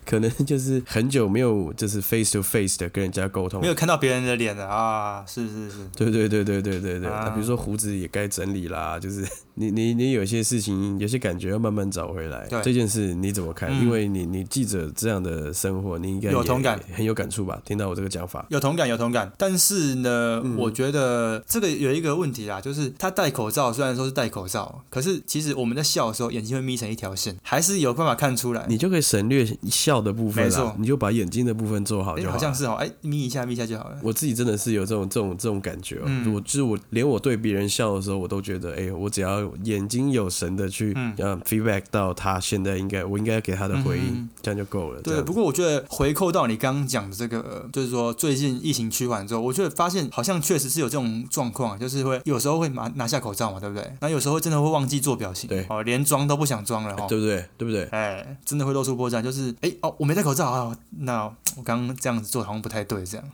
Speaker 1: 可能就是很久没有就是 face to face 的跟人家沟通
Speaker 2: 没。有看到别人的脸了啊，是是是，
Speaker 1: 对对对对对对对，
Speaker 2: 啊
Speaker 1: 那比如说胡子也该整理啦， 就是你你你有些事情有些感觉要慢慢找回来
Speaker 2: 对。
Speaker 1: 这件事你怎么看？
Speaker 2: 嗯
Speaker 1: 因为你你记者这样的生活，你应该
Speaker 2: 有
Speaker 1: 也
Speaker 2: 同感，
Speaker 1: 很有感触吧？听到我这个讲法，
Speaker 2: 有同感，有同感。但是呢，
Speaker 1: 嗯
Speaker 2: 我觉得这个有一个问题啦，就是他戴口罩，虽然说是戴口罩，可是其实我们在笑的时候，眼睛会眯成一条线，还是有办法看出来。
Speaker 1: 你就可以省略笑的部分
Speaker 2: 没错
Speaker 1: 啦，你就把眼睛的部分做好
Speaker 2: 哎、
Speaker 1: 就好
Speaker 2: 好
Speaker 1: 了。
Speaker 2: 像是哦，哎、眯一下，眯一下就好了。
Speaker 1: 我自己真的是有这种这种这种感觉、哦，
Speaker 2: 嗯
Speaker 1: 我就是我连我对别人笑的时候，我都觉得，哎、我只要眼睛有神的去，
Speaker 2: 嗯
Speaker 1: 嗯、feedback 到他现在应该我应该给他的回应，
Speaker 2: 嗯哼
Speaker 1: 这样就够了。这
Speaker 2: 对，
Speaker 1: 样子
Speaker 2: 不过我觉得回扣到你刚刚讲的这个，呃就是说最近疫情趋缓之后，我觉得发现好像确实是有这种状况，就是会有时候会拿拿下口罩嘛，对不对？那有时候真的会忘记做表情，
Speaker 1: 对
Speaker 2: 哦，连装都不想装了，哦。
Speaker 1: 对不对？对不对？
Speaker 2: 哎，真的会露出破绽，就是哎哦，我没戴口罩啊，那我刚刚这样子做好像不太对，这样。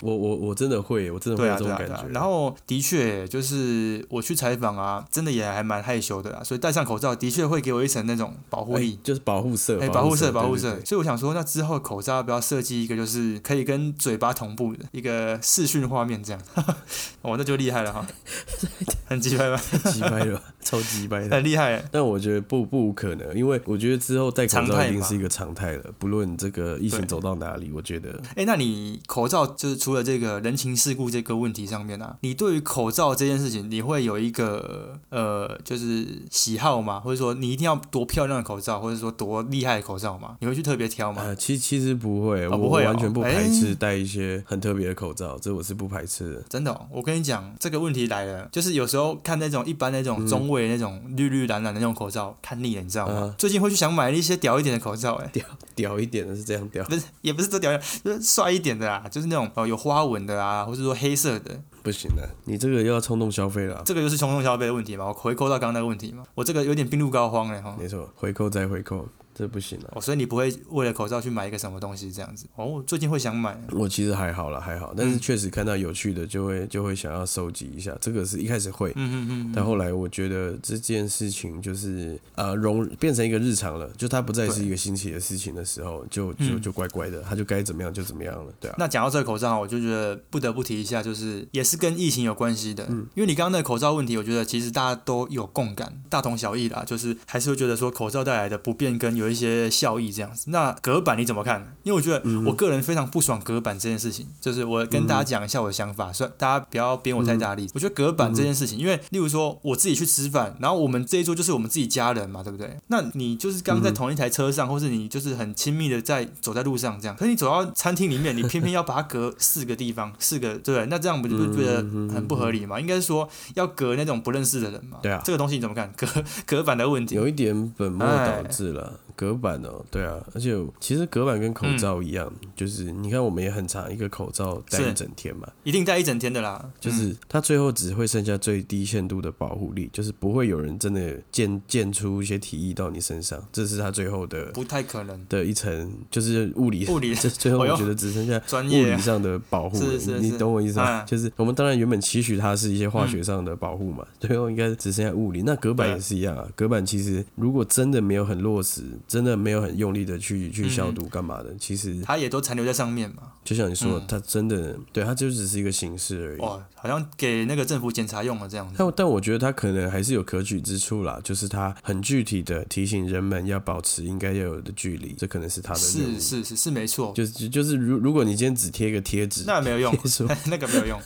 Speaker 1: 我我我真的会，我真的会
Speaker 2: 对
Speaker 1: 有
Speaker 2: 啊，
Speaker 1: 这
Speaker 2: 对
Speaker 1: 种
Speaker 2: 啊，
Speaker 1: 感
Speaker 2: 对
Speaker 1: 觉。
Speaker 2: 啊。然后的确就是我去采访啊，真的也还蛮害羞的啦，所以戴上口罩的确会给我一层那种保护
Speaker 1: 哎
Speaker 2: 力。
Speaker 1: 就是保护色，
Speaker 2: 哎、保护色，
Speaker 1: 色，
Speaker 2: 保护
Speaker 1: 对
Speaker 2: 色。。所以我想说，那之后口罩要不要设计一个，就是可以跟嘴巴同步的一个视讯画面，这样， 哦，那就厉害 了哈，很鸡掰吧？
Speaker 1: 对对对鸡掰 了吧，超鸡掰的。
Speaker 2: 很厉害耶，
Speaker 1: 但我觉得不不无可能，因为我觉得之后戴口
Speaker 2: 常
Speaker 1: 罩
Speaker 2: 态
Speaker 1: 一定
Speaker 2: 嘛
Speaker 1: 是一个常态了，的，不论这个疫情
Speaker 2: 对
Speaker 1: 走到哪里，我觉得
Speaker 2: 哎、那你口罩就是除了这个人情世故这个问题上面啊，你对于口罩这件事情，你会有一个呃，就是喜好吗？或者说你一定要多漂亮的口罩，或者说多厉害的口罩吗？你会去特别挑吗？
Speaker 1: 呃，其其实不会，
Speaker 2: 哦
Speaker 1: 我
Speaker 2: 不会哦
Speaker 1: 我完全不排
Speaker 2: 哎
Speaker 1: 斥戴一些很特别的口罩，这我是不排斥的。
Speaker 2: 真的哦、我跟你讲，这个问题来了，就是有时候看那种一般那种中卫那种绿绿蓝蓝的那种口罩，看腻了，你知道吗？
Speaker 1: 嗯
Speaker 2: 最近会去想买一些屌一点的口罩、哎，
Speaker 1: 屌一点的是这样屌，
Speaker 2: 不是，也不是都屌一点，就是帅一点的啦，就是那种哦有花纹的啊，或者说黑色的，
Speaker 1: 不行的，你这个又要冲动消费了啊。
Speaker 2: 这个就是冲动消费的问题嘛。我回扣到刚刚那个问题嘛，我这个有点病入膏肓了哈。
Speaker 1: 没错，回扣再回扣，这不行了。啊
Speaker 2: 哦，所以你不会为了口罩去买一个什么东西这样子哦？我最近会想买，
Speaker 1: 我其实还好啦，还好，但
Speaker 2: 嗯
Speaker 1: 是确实看到有趣的就会就会想要收集一下，这个是一开始会，
Speaker 2: 嗯嗯嗯
Speaker 1: 但后来我觉得这件事情就是呃融变成一个日常了，就它不再是一个新奇的事情的时候，就就
Speaker 2: 嗯
Speaker 1: 就乖乖的，它就该怎么样就怎么样了，对啊。
Speaker 2: 那讲到这个口罩，我就觉得不得不提一下，就是也是跟疫情有关系的。因为你刚刚那个口罩问题，我觉得其实大家都有共感，大同小异啦，就是还是会觉得说口罩带来的不便跟有一些效益这样子。那隔板你怎么看？因为我觉得我个人非常不爽隔板这件事情，就是我跟大家讲一下我的想法，虽然大家不要编我
Speaker 1: 嗯
Speaker 2: 太大力。我觉得隔板这件事情，因为例如说我自己去吃饭，然后我们这一桌就是我们自己家人嘛，对不对？那你就是刚
Speaker 1: 嗯
Speaker 2: 在同一台车上，或是你就是很亲密的在走在路上这样，可是你走到餐厅里面，你偏偏要把它隔四个地方， 四个对不对？那这样不就就觉得很不合理嘛？应该是说要隔那种不认识的人嘛。
Speaker 1: 嗯对啊
Speaker 2: 这个东西你怎么看？隔 隔板的问题。
Speaker 1: 有一点本末
Speaker 2: 哎
Speaker 1: 倒置了，隔板哦，对啊，而且其实隔板跟口罩一样，
Speaker 2: 嗯
Speaker 1: 就是你看我们也很长一个口罩戴
Speaker 2: 是
Speaker 1: 一整天嘛，
Speaker 2: 一定戴一整天的啦，
Speaker 1: 就是它最后只会剩下最低限度的保护力，就是不会有人真的溅溅出一些体液到你身上，这是它最后的
Speaker 2: 不太可能。
Speaker 1: 的一层，就是物理，
Speaker 2: 物 理
Speaker 1: 这最后
Speaker 2: 哎呦
Speaker 1: 我觉得只剩下。
Speaker 2: 专
Speaker 1: 物
Speaker 2: 业啊
Speaker 1: 理上的保护了，
Speaker 2: 是是
Speaker 1: 你
Speaker 2: 是
Speaker 1: 你懂我意思吗？
Speaker 2: 嗯
Speaker 1: 就是我们当然原本期许它是一些化学上的保护嘛，最后应该只剩下物理。那隔板
Speaker 2: 对
Speaker 1: 也是一样啊，隔板其实如果真的没有很落实，真的没有很用力的
Speaker 2: 嗯
Speaker 1: 去去消毒干嘛的，其实
Speaker 2: 它也都残留在上面嘛。
Speaker 1: 就像你说，
Speaker 2: 嗯
Speaker 1: 它真的对它就只是一个形式而已。
Speaker 2: 哇，好像给那个政府检查用了这样子。
Speaker 1: 但但我觉得他可能还是有可取之处啦，就是他很具体的提醒人们要保持应该要有的距离，这可能是他的任务
Speaker 2: 是。是是是没错，
Speaker 1: 就就就是如如果你今天只贴一个贴纸，
Speaker 2: 那 没有用
Speaker 1: 贴，说
Speaker 2: 那个没有用。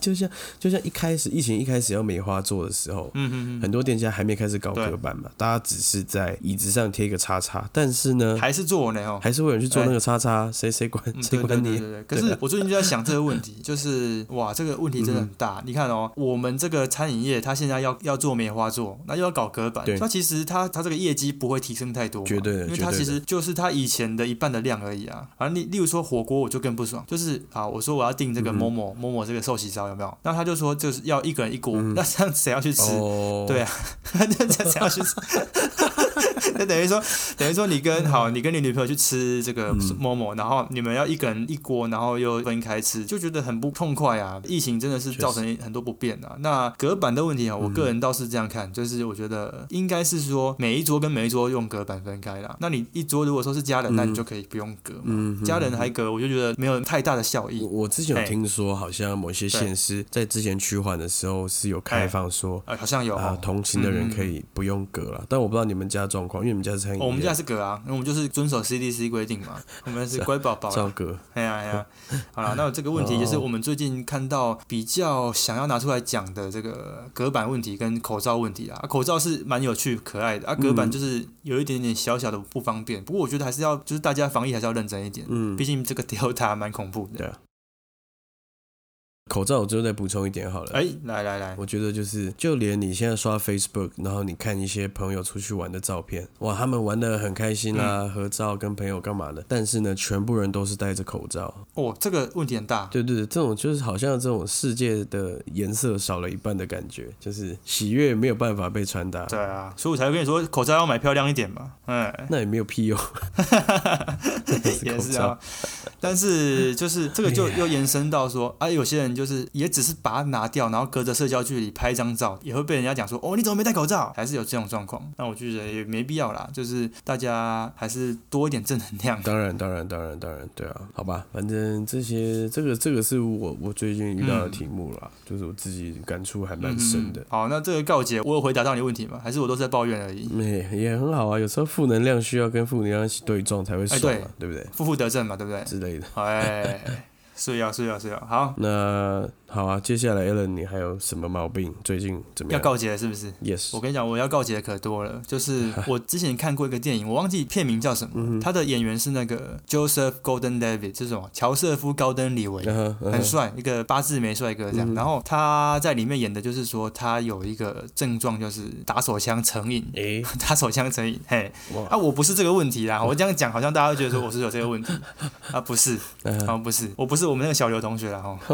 Speaker 1: 就像就像一开始疫情一开始要梅花做的时候，
Speaker 2: 嗯嗯
Speaker 1: 很多店家还没开始搞
Speaker 2: 对
Speaker 1: 隔板嘛，大家只是在椅子上贴一个叉叉，但是呢
Speaker 2: 嗯，，还是做呢哦。
Speaker 1: 还是会有人去做那个叉叉，谁谁管
Speaker 2: 嗯，
Speaker 1: 谁
Speaker 2: 对对
Speaker 1: 管
Speaker 2: 对
Speaker 1: 你？啊
Speaker 2: 对对。可是我最近就在想这个问题，就是哇，这个问题真的很
Speaker 1: 嗯
Speaker 2: 大。你看哦，我们这个餐饮业，它现在要要做梅花座，那又要搞隔板
Speaker 1: 对，
Speaker 2: 那其实它它这个业绩不会提升太多嘛，
Speaker 1: 绝对的
Speaker 2: 因为
Speaker 1: 绝
Speaker 2: 它
Speaker 1: 对
Speaker 2: 其
Speaker 1: 的
Speaker 2: 实就是它以前的一半的量而已啊。而例例如说火锅，我就更不爽，就是啊，我说我要订
Speaker 1: 嗯
Speaker 2: 这个某某某某这个寿喜烧有没有？那他就说就是要一个人一锅，
Speaker 1: 嗯
Speaker 2: 那这样谁要去吃？
Speaker 1: 哦，
Speaker 2: 对啊，这这才要去吃。 那等于说，等于说你跟好，你跟你女朋友去吃这
Speaker 1: 嗯
Speaker 2: 个某某、然后你们要一个人一锅，然后又分开吃，就觉得很不痛快啊。疫情真的是
Speaker 1: 确实嗯
Speaker 2: 造成很多不便啊。那隔板的问题啊，我个人倒是这样看，就是我觉得应该是说每一桌跟每一桌用隔板分开啦。那你一桌如果说是家人，那你就可以不用隔嘛。
Speaker 1: 嗯哼哦
Speaker 2: 家人还隔，我就觉得没有太大的效益
Speaker 1: 我。我之前
Speaker 2: 哎
Speaker 1: 有听说，好像某些县市在之前趋缓的时候是有开放说
Speaker 2: 呃，好像有、
Speaker 1: 啊
Speaker 2: 哦，
Speaker 1: 同行的人可以不用隔了，但我不知道你们家状况，因为你们家是餐饮业，
Speaker 2: 哦我们家是隔啊，那我们就是遵守 CDC 规定嘛，我们是乖宝宝啦。
Speaker 1: 照隔，
Speaker 2: 哎呀哎 呀，好了，那这个问题
Speaker 1: 哦
Speaker 2: 也是我们最近看到比较想要拿出来讲的这个隔板问题跟口罩问题啊。啊口罩是蛮有趣可爱的啊，隔
Speaker 1: 嗯
Speaker 2: 板就是有一点点小小的不方便，不过我觉得还是要就是大家防疫还是要认真一点，
Speaker 1: 嗯
Speaker 2: 毕，竟这个 Delta 蛮恐怖的。
Speaker 1: 对口罩我最后再补充一点好了。
Speaker 2: 哎，来来来，
Speaker 1: 我觉得就是，就连你现在刷 Facebook，然后你看一些朋友出去玩的照片，哇，他们玩的很开心啦、合照跟朋友干嘛的。但是呢，全部人都是戴着口罩。
Speaker 2: 哦，这个问题很大。
Speaker 1: 对啊对对，这种就是好像这种世界的颜色少了一半的感觉，就是喜悦没有办法被传达。
Speaker 2: 对啊，所以我才会跟你说口罩要买漂亮一点嘛。嗯，
Speaker 1: 那也没有屁用， 真的是
Speaker 2: 也
Speaker 1: 口
Speaker 2: 是哎
Speaker 1: 罩
Speaker 2: 啊。但是就是这个就又延伸到说啊，有些人就就是也只是把它拿掉，然后隔着社交距离拍一张照，也会被人家讲说哦，你怎么没戴口罩？还是有这种状况。那我就觉得也没必要啦， 就是大家还是多一点正能 量。
Speaker 1: 当然，当然，当然，当然，对啊，好吧，反正这些这个这个是我我最近遇到的题目啦，就是我自己感触还
Speaker 2: 嗯
Speaker 1: 蛮深的。
Speaker 2: 好，那这个告解，我有回答到你问题吗？还是我都是在抱怨而已？
Speaker 1: 没、也很好啊，有时候负能量需要跟负能量一起对撞才会爽嘛，哎对不对？
Speaker 2: 负负得正嘛，对不对？
Speaker 1: 之类的。
Speaker 2: 哎， 是要是要是要，好，
Speaker 1: 那好啊，接下来 Alan，你还有什么毛病？最近怎么
Speaker 2: 要
Speaker 1: 样
Speaker 2: 告解了是不是？
Speaker 1: ？Yes，
Speaker 2: 我跟你讲，我要告解的可多了。就是我之前看过一个电影，我忘记片名叫什
Speaker 1: 嗯
Speaker 2: 么，他的演员是那个 Joseph Golden David，这种乔瑟夫·高登·李维，
Speaker 1: 嗯哼嗯
Speaker 2: 很帅，一个八字眉帅哥这样。然后他在里面演的就是说，他有一个症状就是打手枪成瘾，
Speaker 1: 诶，
Speaker 2: 打手枪成瘾。嘿，
Speaker 1: 哇
Speaker 2: 啊，我不是这个问题 啦，我这样讲好像大家会觉得说我是有这个问题啊，不是，啊不是，我不是我们那个小刘同学啦哦。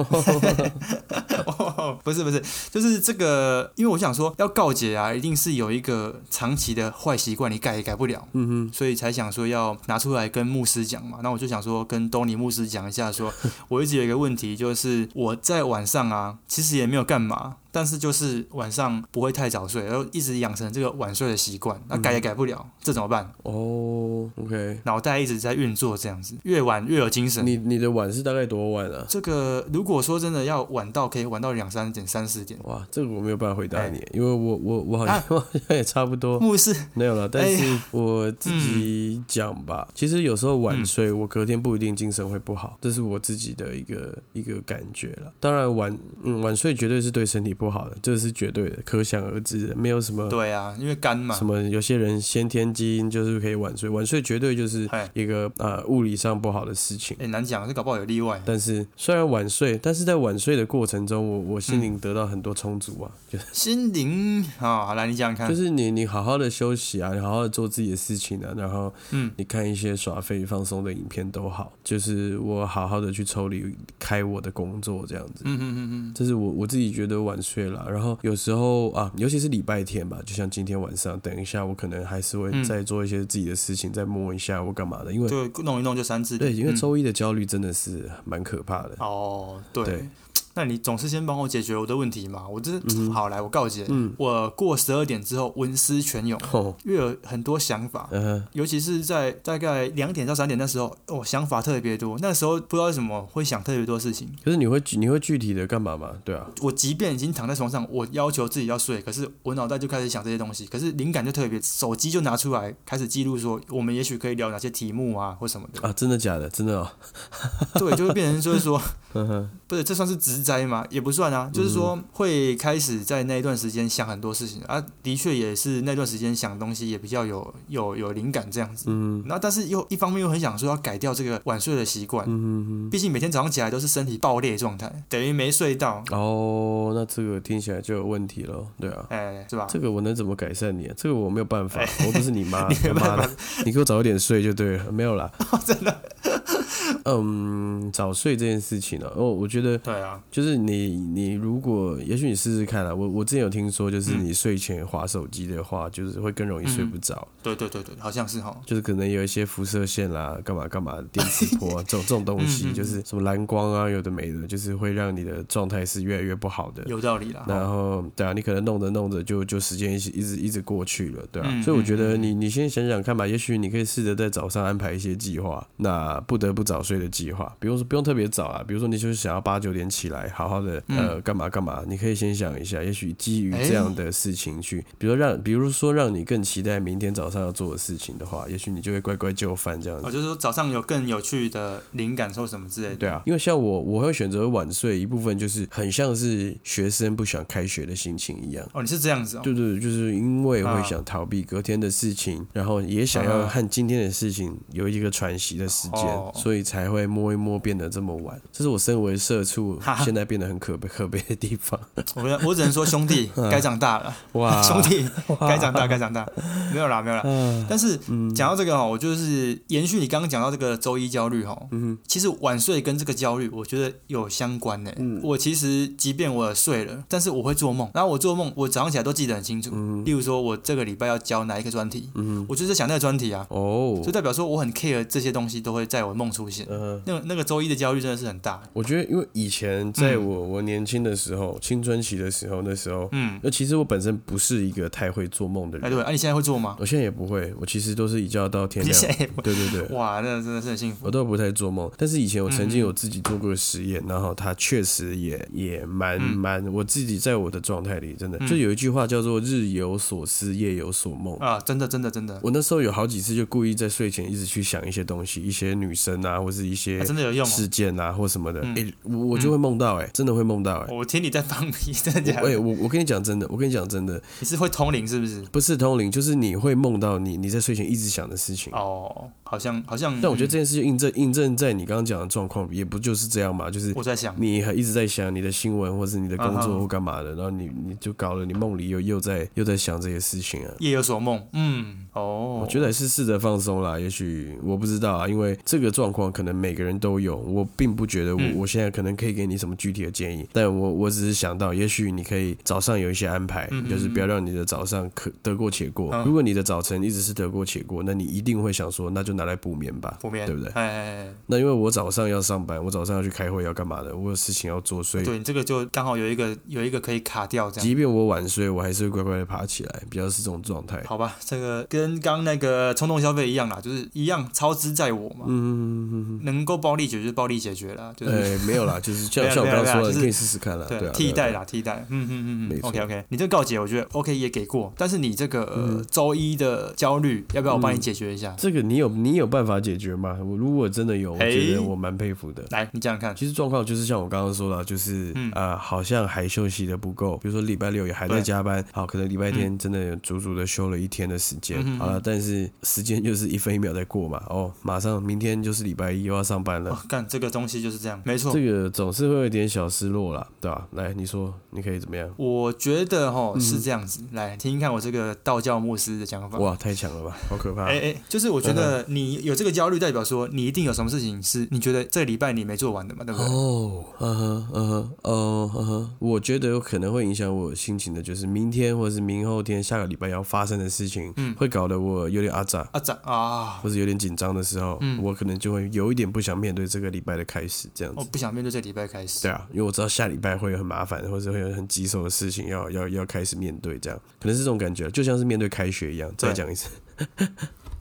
Speaker 2: 哦，不是不是，就是这个，因为我想说要告解啊，一定是有一个长期的坏习惯，你改也改不了，嗯哼，所以才想说要拿出来跟牧师讲嘛。那我就想说跟东尼牧师讲一下说我一直有一个问题，就是我在晚上啊，其实也没有干嘛，但是就是晚上不会太早睡，然后一直养成这个晚睡的习惯，那改也
Speaker 1: 嗯
Speaker 2: 改不了，这怎么办？
Speaker 1: 哦，OK，
Speaker 2: 脑袋一直在运作，这样子，越晚越有精神。
Speaker 1: 你你的碗是大概多晚啊？
Speaker 2: 这个如果说真的要晚到，可以晚到两三点、三四点。
Speaker 1: 哇，这个我没有办法回答你，因为我我我好像、 我好像也差不多
Speaker 2: 牧师，
Speaker 1: 没有了，但
Speaker 2: 哎
Speaker 1: 是我自己讲吧。
Speaker 2: 嗯
Speaker 1: 其实有时候晚睡，我隔天不一定精神会不好，这是我自己的一个一个感觉了。当然晚嗯晚睡绝对是对身体不好的，这是绝对的，可想而知的，没有什么
Speaker 2: 对啊，因为肝嘛
Speaker 1: 呃什，么有些人先天基因就是可以晚睡，晚睡绝对就是
Speaker 2: 哎
Speaker 1: 一个呃物理上不好的事情。
Speaker 2: 哎，难讲，这搞不好有例外。
Speaker 1: 但是虽然晚睡，但是在晚睡的过程中，我我心
Speaker 2: 嗯
Speaker 1: 灵得到很多充足啊，就是
Speaker 2: 心灵啊，好来你讲讲
Speaker 1: 就
Speaker 2: 看，
Speaker 1: 是你你好好的休息啊，你好好的做自己的事情啊，然后
Speaker 2: 嗯
Speaker 1: 你看一些耍废放松的影片都好，就是我好好的去抽离开我的工作这样子。
Speaker 2: 嗯嗯嗯嗯，
Speaker 1: 这是我我自己觉得晚睡了，然后有时候啊，尤其是礼拜天吧，就像今天晚上，等一下我可能还是会
Speaker 2: 嗯
Speaker 1: 再做一些自己的事情，再摸一下我干嘛的，因为
Speaker 2: 对，弄一弄就三字
Speaker 1: 对，
Speaker 2: 点。
Speaker 1: 因为
Speaker 2: 嗯
Speaker 1: 周一的焦虑真的是蛮可怕的。
Speaker 2: 哦，对。
Speaker 1: 对
Speaker 2: 那你总是先帮我解决我的问题嘛？我这、好来，我告诫，
Speaker 1: 嗯
Speaker 2: 我过十二点之后文思泉涌，
Speaker 1: 哦，
Speaker 2: 因为有很多 想法，
Speaker 1: 嗯哼、
Speaker 2: 尤其是在大概两点到三点那时候，哦，想法特别多。那时候不知道为什么会想特别多事情。
Speaker 1: 可是你会具你会具体的干嘛吗？对啊，
Speaker 2: 我即便已经躺在床上，我要求自己要睡，可是我脑袋就开始想这些东西，可是灵感就特别，手机就拿出来开始记录说，我们也许可以聊哪些题目啊或什么的。
Speaker 1: 啊，真的假的？真的哦，
Speaker 2: 对，就会变成就是 说，
Speaker 1: 呵呵，
Speaker 2: 不是，这算是职灾吗？也不算啊，就是说会开始在那一段时间想很多事情啊，的确也是那段时间想东西也比较有有有灵感这样子。
Speaker 1: 嗯
Speaker 2: 那但是又一方面又很想说要改掉这个晚睡的习惯，
Speaker 1: 嗯嗯
Speaker 2: 毕竟每天早上起来都是身体爆裂状态，等于没睡到，
Speaker 1: 嗯，哦，那这个听起来就有问题了，对啊。
Speaker 2: 哎，是吧？
Speaker 1: 这个我能怎么改善你、啊？这个我没有办法，我不是你妈，
Speaker 2: 哎 你没
Speaker 1: 他
Speaker 2: 办哦
Speaker 1: 妈的，你给我早一点睡就对了，没 有啦，真的。 嗯，早睡这件事情呢、哦，我觉得
Speaker 2: 对啊，
Speaker 1: 就是你你如果，也许你试试看啊，我我之前有听说，就是
Speaker 2: 嗯
Speaker 1: 你睡前划手机的话，就是会更容易睡不着，
Speaker 2: 对对对对，好像是哈。
Speaker 1: 就是可能有一些辐射线啦，干嘛干嘛，电磁波 啊，这种这种东
Speaker 2: 嗯
Speaker 1: 西，就是什么蓝光啊，有的没的，就是会让你的状态是越来越不好的。
Speaker 2: 有道理啦。
Speaker 1: 然
Speaker 2: 齁
Speaker 1: 后对啊，你可能弄着弄着就就时间一直一直一直过去了，对啊，
Speaker 2: 嗯
Speaker 1: 所以我觉得你你先想想看吧，也许你可以试着在早上安排一些计划，那不得不早睡的计划，比如说不用特别早啊，比如说你就是想要八九点起来，好好的
Speaker 2: 嗯
Speaker 1: 呃干嘛干嘛，你可以先想一下，也许基于这样的事情去，比如说让比如说让你更期待明天早上要做的事情的话，也许你就会乖乖就范这样子
Speaker 2: 哦，。就是说早上有更有趣的灵感或什么之类的。
Speaker 1: 对啊，因为像我，我会选择晚睡，一部分就是很像是学生不想开学的心情一样。
Speaker 2: 哦，你是这样子哦。
Speaker 1: 对对，就是因为
Speaker 2: 啊
Speaker 1: 会想逃避隔天的事情，然后也想要
Speaker 2: 啊
Speaker 1: 和今天的事情有一个喘息的时间
Speaker 2: 哦，
Speaker 1: 所以才会摸一摸变得这么晚。这是我身为社 畜现在变得很可悲可悲的地方。
Speaker 2: 我只我只能说 兄弟该长大了，
Speaker 1: 嗯哇 嗯
Speaker 2: 兄弟该长大该长大，没有啦没有啦。但是讲到这个哈，我就是延续你刚刚讲到这个周一焦虑哈，
Speaker 1: 嗯
Speaker 2: 其实晚睡跟这个焦虑，我觉得有相关呢、欸
Speaker 1: 嗯
Speaker 2: 我其实即便我睡了，但是我会做梦，然后我做梦，我早上起来都记得很清楚。
Speaker 1: 嗯
Speaker 2: 例如说我这个礼拜要教哪一个专题，我就是在想那个专题啊，
Speaker 1: 哦
Speaker 2: 就，代表说我很 care 这些东西都会在我梦出现。
Speaker 1: 嗯哼
Speaker 2: 那个那个周一的焦虑真的是很大。
Speaker 1: 我觉得，因为以
Speaker 2: 嗯
Speaker 1: 前在我、我年轻的时候，青春期的时候，那时候，
Speaker 2: 嗯，
Speaker 1: 那其实我本身不是一个太会做梦的
Speaker 2: 哎，
Speaker 1: 人，
Speaker 2: 对，哎、你现在会做吗？
Speaker 1: 我现在也不会，我其实都是一觉到天
Speaker 2: 你
Speaker 1: 亮。
Speaker 2: 现在也不
Speaker 1: 对对 对，
Speaker 2: 哇，那真的是很幸福。
Speaker 1: 我都不太做梦，但是以前我曾经
Speaker 2: 嗯
Speaker 1: 有自己做过实验，然后它确实也也蛮
Speaker 2: 嗯
Speaker 1: 蛮，我自己在我的状态里，真的
Speaker 2: 嗯
Speaker 1: 就有一句话叫做“日有所思，夜有所梦”。
Speaker 2: 啊，真的，真的，真的，
Speaker 1: 我那时候有好几次就故意在睡前一直去想一些东西，一些女生啊，或是一些
Speaker 2: 啊真的有用、哦
Speaker 1: 事件啊，或什么的，
Speaker 2: 嗯
Speaker 1: 诶，我我就会梦到、诶，真的会梦到、诶。
Speaker 2: 我听你在放屁，真的假
Speaker 1: 哎、
Speaker 2: 的？
Speaker 1: 我我跟你讲真的，我跟你讲真的，
Speaker 2: 你是会通灵是不是？
Speaker 1: 不是通灵，就是你会梦到你你在睡前一直想的事情。
Speaker 2: 哦，嗯好像好像。
Speaker 1: 但我觉得这件事情印证印证在你刚刚讲的状况，也不就是这样嘛，就是
Speaker 2: 嗯我在想，
Speaker 1: 你还一直在想你的新闻或是你的工
Speaker 2: 嗯
Speaker 1: 作
Speaker 2: 哼
Speaker 1: 或干嘛的，然后你你就搞了，你梦里又又在又在想这些事情啊。
Speaker 2: 夜有所梦，嗯，哦，
Speaker 1: 我觉得还是试着放松啦，也许我不知道啊，因为这个状况可能每个人都有，我并不觉得我、
Speaker 2: 嗯
Speaker 1: 我现在可能可以给你什么具体的建议，但我我只是想到，也许你可以早上有一些安排，
Speaker 2: 嗯嗯
Speaker 1: 就是不要让你的早上可得过且过。
Speaker 2: 嗯
Speaker 1: 如果你的早晨一直是得过且过，那你一定会想说，那就拿来补眠吧，
Speaker 2: 不眠，
Speaker 1: 对不对？
Speaker 2: 哎哎哎
Speaker 1: 那因为我早上要上班，我早上要去开会要干嘛的，我有事情要做，所
Speaker 2: 哎，
Speaker 1: 以
Speaker 2: 对你这个就刚好有一个有一个可以卡掉这样。
Speaker 1: 即便我晚睡，我还是会乖乖的爬起来，比较是这种状态。
Speaker 2: 好吧，这个跟刚那个冲动消费一样啦，就是一样超支在我嘛，
Speaker 1: 嗯，
Speaker 2: 能够暴力解决就暴力解决啦，就是、
Speaker 1: 呃，没有啦， 就是像
Speaker 2: 没有
Speaker 1: 像我刚刚
Speaker 2: 没有没有
Speaker 1: 说的，
Speaker 2: 就
Speaker 1: 你
Speaker 2: 是
Speaker 1: 可以试试看啦，对啊，对啊
Speaker 2: 替代啦，替代，嗯嗯嗯
Speaker 1: 没
Speaker 2: 嗯
Speaker 1: 错
Speaker 2: ，OK OK，你这个告解我觉得 OK 也给过，但是你这个、
Speaker 1: 嗯
Speaker 2: 呃周一的焦虑，要不要我帮你解决一下？
Speaker 1: 这个你有你有办法解决吗？我如果真的有，我
Speaker 2: 哎
Speaker 1: 觉得我蛮佩服的。
Speaker 2: 来，你想想看，
Speaker 1: 其实状况就是像我刚刚说的，就是、
Speaker 2: 嗯
Speaker 1: 呃，好像还休息的不够。比如说礼拜六也还在
Speaker 2: 对嗯
Speaker 1: 加班，好，可能礼拜天真的有足足的休了一天的时间。
Speaker 2: 嗯哼
Speaker 1: 好了，但是时间就是一分一秒在过嘛。哦，马上明天就是礼拜一又要上班了，
Speaker 2: 哦，干这个东西就是这样，没错
Speaker 1: 这。个总是会有点小失落啦，对吧、来，你说你可以怎么样？
Speaker 2: 我觉得哈是这样子，来听听看我这个道教牧师的讲法。
Speaker 1: 嗯哇，嗯太强了吧，好可怕！
Speaker 2: 哎哎，就是我觉得你有这个焦虑，代表说你一定有什么事情是你觉得这个礼拜你没做完的嘛，对不对？
Speaker 1: 哦，嗯哼，嗯哼，哦，嗯哼，我觉得有可能会影响我心情的，就是明天或者是明后天、下个礼拜要发生的事情，
Speaker 2: 嗯
Speaker 1: 会搞得我有点阿杂，
Speaker 2: 啊，长啊，
Speaker 1: 或者有点紧张的时候，
Speaker 2: 嗯
Speaker 1: 我可能就会有一点不想面对这个礼拜的开始，这样
Speaker 2: 我
Speaker 1: 子。
Speaker 2: 不想面对这个礼拜开始。
Speaker 1: 对啊，因为我知道下礼拜会很麻烦，或者会有很棘手的事情要要要开始面对，这样可能是这种感觉，就像是面对开学一样。
Speaker 2: 对
Speaker 1: 再讲一次，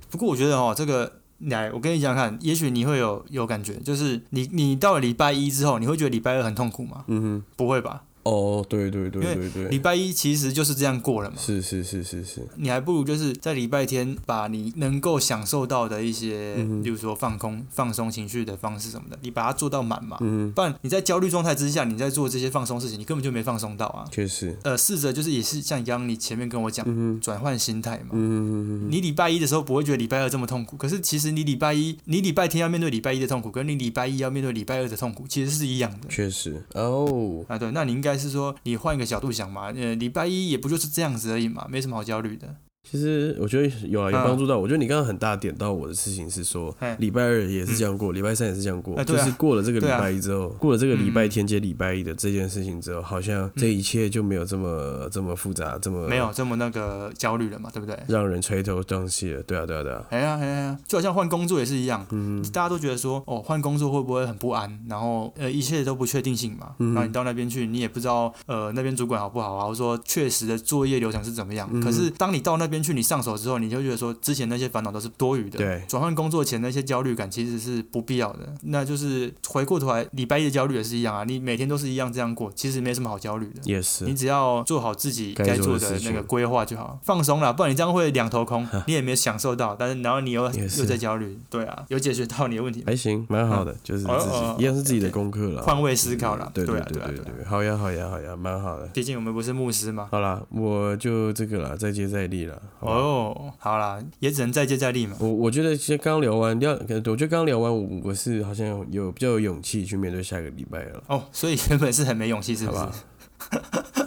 Speaker 2: 不过我觉得哦，这个来，我跟你讲讲看，也许你会有有感觉，就是你你到了礼拜一之后，你会觉得礼拜二很痛苦吗？
Speaker 1: 嗯
Speaker 2: 不会吧？
Speaker 1: 哼，哦，对对对
Speaker 2: 因
Speaker 1: 对
Speaker 2: 礼
Speaker 1: 对，
Speaker 2: 拜一其实就是这样过了嘛。
Speaker 1: 是是是是是，
Speaker 2: 你还不如就是在礼拜天把你能够享受到的一些，
Speaker 1: 嗯
Speaker 2: 例如说放空、放松情绪的方式什么的，你把它做到满嘛。
Speaker 1: 嗯
Speaker 2: 不然你在焦虑状态之下，你在做这些放松事情，你根本就没放松到啊
Speaker 1: 哼，。确实，
Speaker 2: 呃，试着就是也是像刚刚你前面跟我讲，
Speaker 1: 嗯哼，
Speaker 2: 转换心态嘛。
Speaker 1: 嗯哼嗯哼。
Speaker 2: 你礼拜一的时候不会觉得礼拜二这么痛苦，可是其实你礼拜一，你礼拜天要面对礼拜一的痛苦，跟你礼拜一要面对礼拜二的痛苦其实是一样的。
Speaker 1: 确实哦，
Speaker 2: 啊，对，那你应该是说你换一个角度想嘛，呃，礼拜一也不就是这样子而已嘛，没什么好焦虑的。
Speaker 1: 其实我觉得有啊，有
Speaker 2: 嗯
Speaker 1: 帮助到我。我觉得你刚刚很大点到我的事情是说
Speaker 2: 嘿，
Speaker 1: 礼拜二也是这样过，礼拜三也是这样过，
Speaker 2: 哎
Speaker 1: 就
Speaker 2: 对啊
Speaker 1: 是过了这个礼
Speaker 2: 对啊
Speaker 1: 拜一之后，过了这个礼拜
Speaker 2: 嗯
Speaker 1: 天接礼拜一的这件事情之后，好像这一切就没有这么这么复杂，这么
Speaker 2: 没有这么那个焦虑了嘛，对不对？
Speaker 1: 让人垂头丧气了。对啊，对啊，对啊。
Speaker 2: 哎呀哎呀，就好像换工作也是一样，大家都觉得说，哦，换工作会不会很不安？然后呃，一切都不确定性嘛。然后你到那边去，你也不知道呃那边主管好不好啊，或者说确实的作业流程是怎么样。可是当你到那边去，你上手之后，你就觉得说，之前那些烦恼都是多余的。
Speaker 1: 对
Speaker 2: 转换工作前那些焦虑感其实是不必要的。那就是回过头来，礼拜一的焦虑也是一样啊，你每天都是一样这样过，其实没什么好焦虑的。
Speaker 1: 也是
Speaker 2: 你，只要做好自己
Speaker 1: 该
Speaker 2: 该
Speaker 1: 做的
Speaker 2: 做的
Speaker 1: 事
Speaker 2: 那
Speaker 1: 情
Speaker 2: 个规划就好，放松啦，不然你这样会两头空，你也没享受到，但是然后你又
Speaker 1: 也
Speaker 2: 又
Speaker 1: 是
Speaker 2: 在焦虑，对啊，有解决到你的问题，
Speaker 1: 还行，蛮好的，就是自
Speaker 2: 哦哦哦
Speaker 1: 己一样是自己的
Speaker 2: OK
Speaker 1: 功课了。
Speaker 2: 换位思考啦，
Speaker 1: 对
Speaker 2: 啊，
Speaker 1: 对
Speaker 2: 啊，
Speaker 1: 对
Speaker 2: 啊，
Speaker 1: 对，好呀，好呀，好呀，蛮好的。
Speaker 2: 毕竟我们不是牧师嘛。
Speaker 1: 好啦，我就这个啦，再接再厉啦。好吧
Speaker 2: 哦，好啦，也只能再接再厉嘛。
Speaker 1: 我我觉得其实刚聊完，第二，我觉得刚聊完，我我是好像有有比较有勇气去面对下个礼拜了，
Speaker 2: 哦，所以原本是很没勇气，是
Speaker 1: 好
Speaker 2: 不是？
Speaker 1: 吧？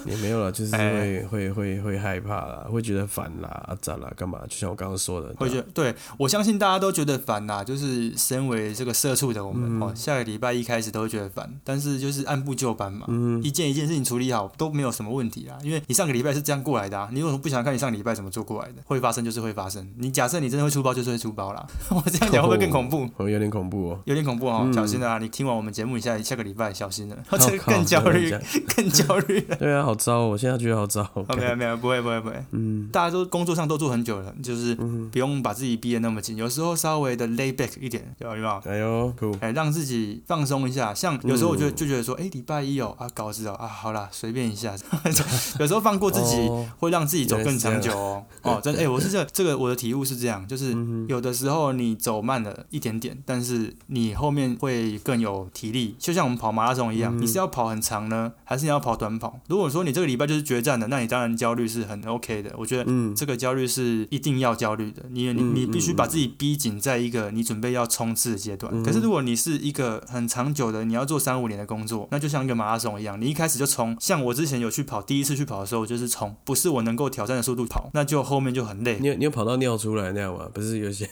Speaker 1: 也没有了，就是会
Speaker 2: 哎
Speaker 1: 会会会害怕啦，会觉得烦啦、啊咋啦、干嘛？就像我刚刚说的，
Speaker 2: 会觉得对我相信大家都觉得烦啦，就是身为这个社畜的我
Speaker 1: 嗯
Speaker 2: 们、哦，下个礼拜一开始都会觉得烦，但是就是按部就班嘛，
Speaker 1: 嗯
Speaker 2: 一件一件事情处理好都没有什么问题啊，因为你上个礼拜是这样过来的啊，你为什么不想看你上礼拜怎么做过来的？会发生就是会发生，你假设你真的会出包就是会出包啦， 我这样讲会不会更恐怖？
Speaker 1: 哦有点恐怖哦。
Speaker 2: 有点恐怖哦，小心啊！你听完我们节目，你下下个礼拜小心了，
Speaker 1: 好
Speaker 2: 这个更焦虑，更焦虑了。
Speaker 1: 对啊，好糟哦！我现在觉得好糟。
Speaker 2: 哦，没有没有，不会不会不会，嗯，大家都工作上都做很久了，就是不用把自己逼得那么紧，有时候稍微的 lay back 一点，有没有？
Speaker 1: 哎呦，酷！
Speaker 2: 哎，让自己放松一下。像有时候我就就觉得说，哎，礼拜一哦，啊，稿子哦，啊，好啦，随便一下。 有时候放过自己
Speaker 1: 哦，
Speaker 2: 会让自己走
Speaker 1: 原来
Speaker 2: 更
Speaker 1: 是这
Speaker 2: 长
Speaker 1: 样
Speaker 2: 久哦。哦，真的，哎，我是这这个我的体悟是这样，就是
Speaker 1: 嗯
Speaker 2: 有的时候你走慢了一点点，但是你后面会更有体力。就像我们跑马拉松一
Speaker 1: 嗯
Speaker 2: 样，你是要跑很长呢，还是你要跑短跑？如果说你这个礼拜就是决战的，那你当然焦虑是很 OK 的。我觉得
Speaker 1: 嗯，
Speaker 2: 这个焦虑是一定要焦虑的，你你
Speaker 1: 嗯
Speaker 2: 你
Speaker 1: 嗯嗯
Speaker 2: 必须把自己逼紧在一个你准备要冲刺的阶段。可是如果你是一个很长久的，你要做三五年的工作，那就像一个马拉松一样，你一开始就冲。像我之前有去跑，第一次去跑的时候，我就是冲，不是我能够挑战的速度跑，那就后面就很累。
Speaker 1: 你有你有跑到尿出来那样吗？不是有些，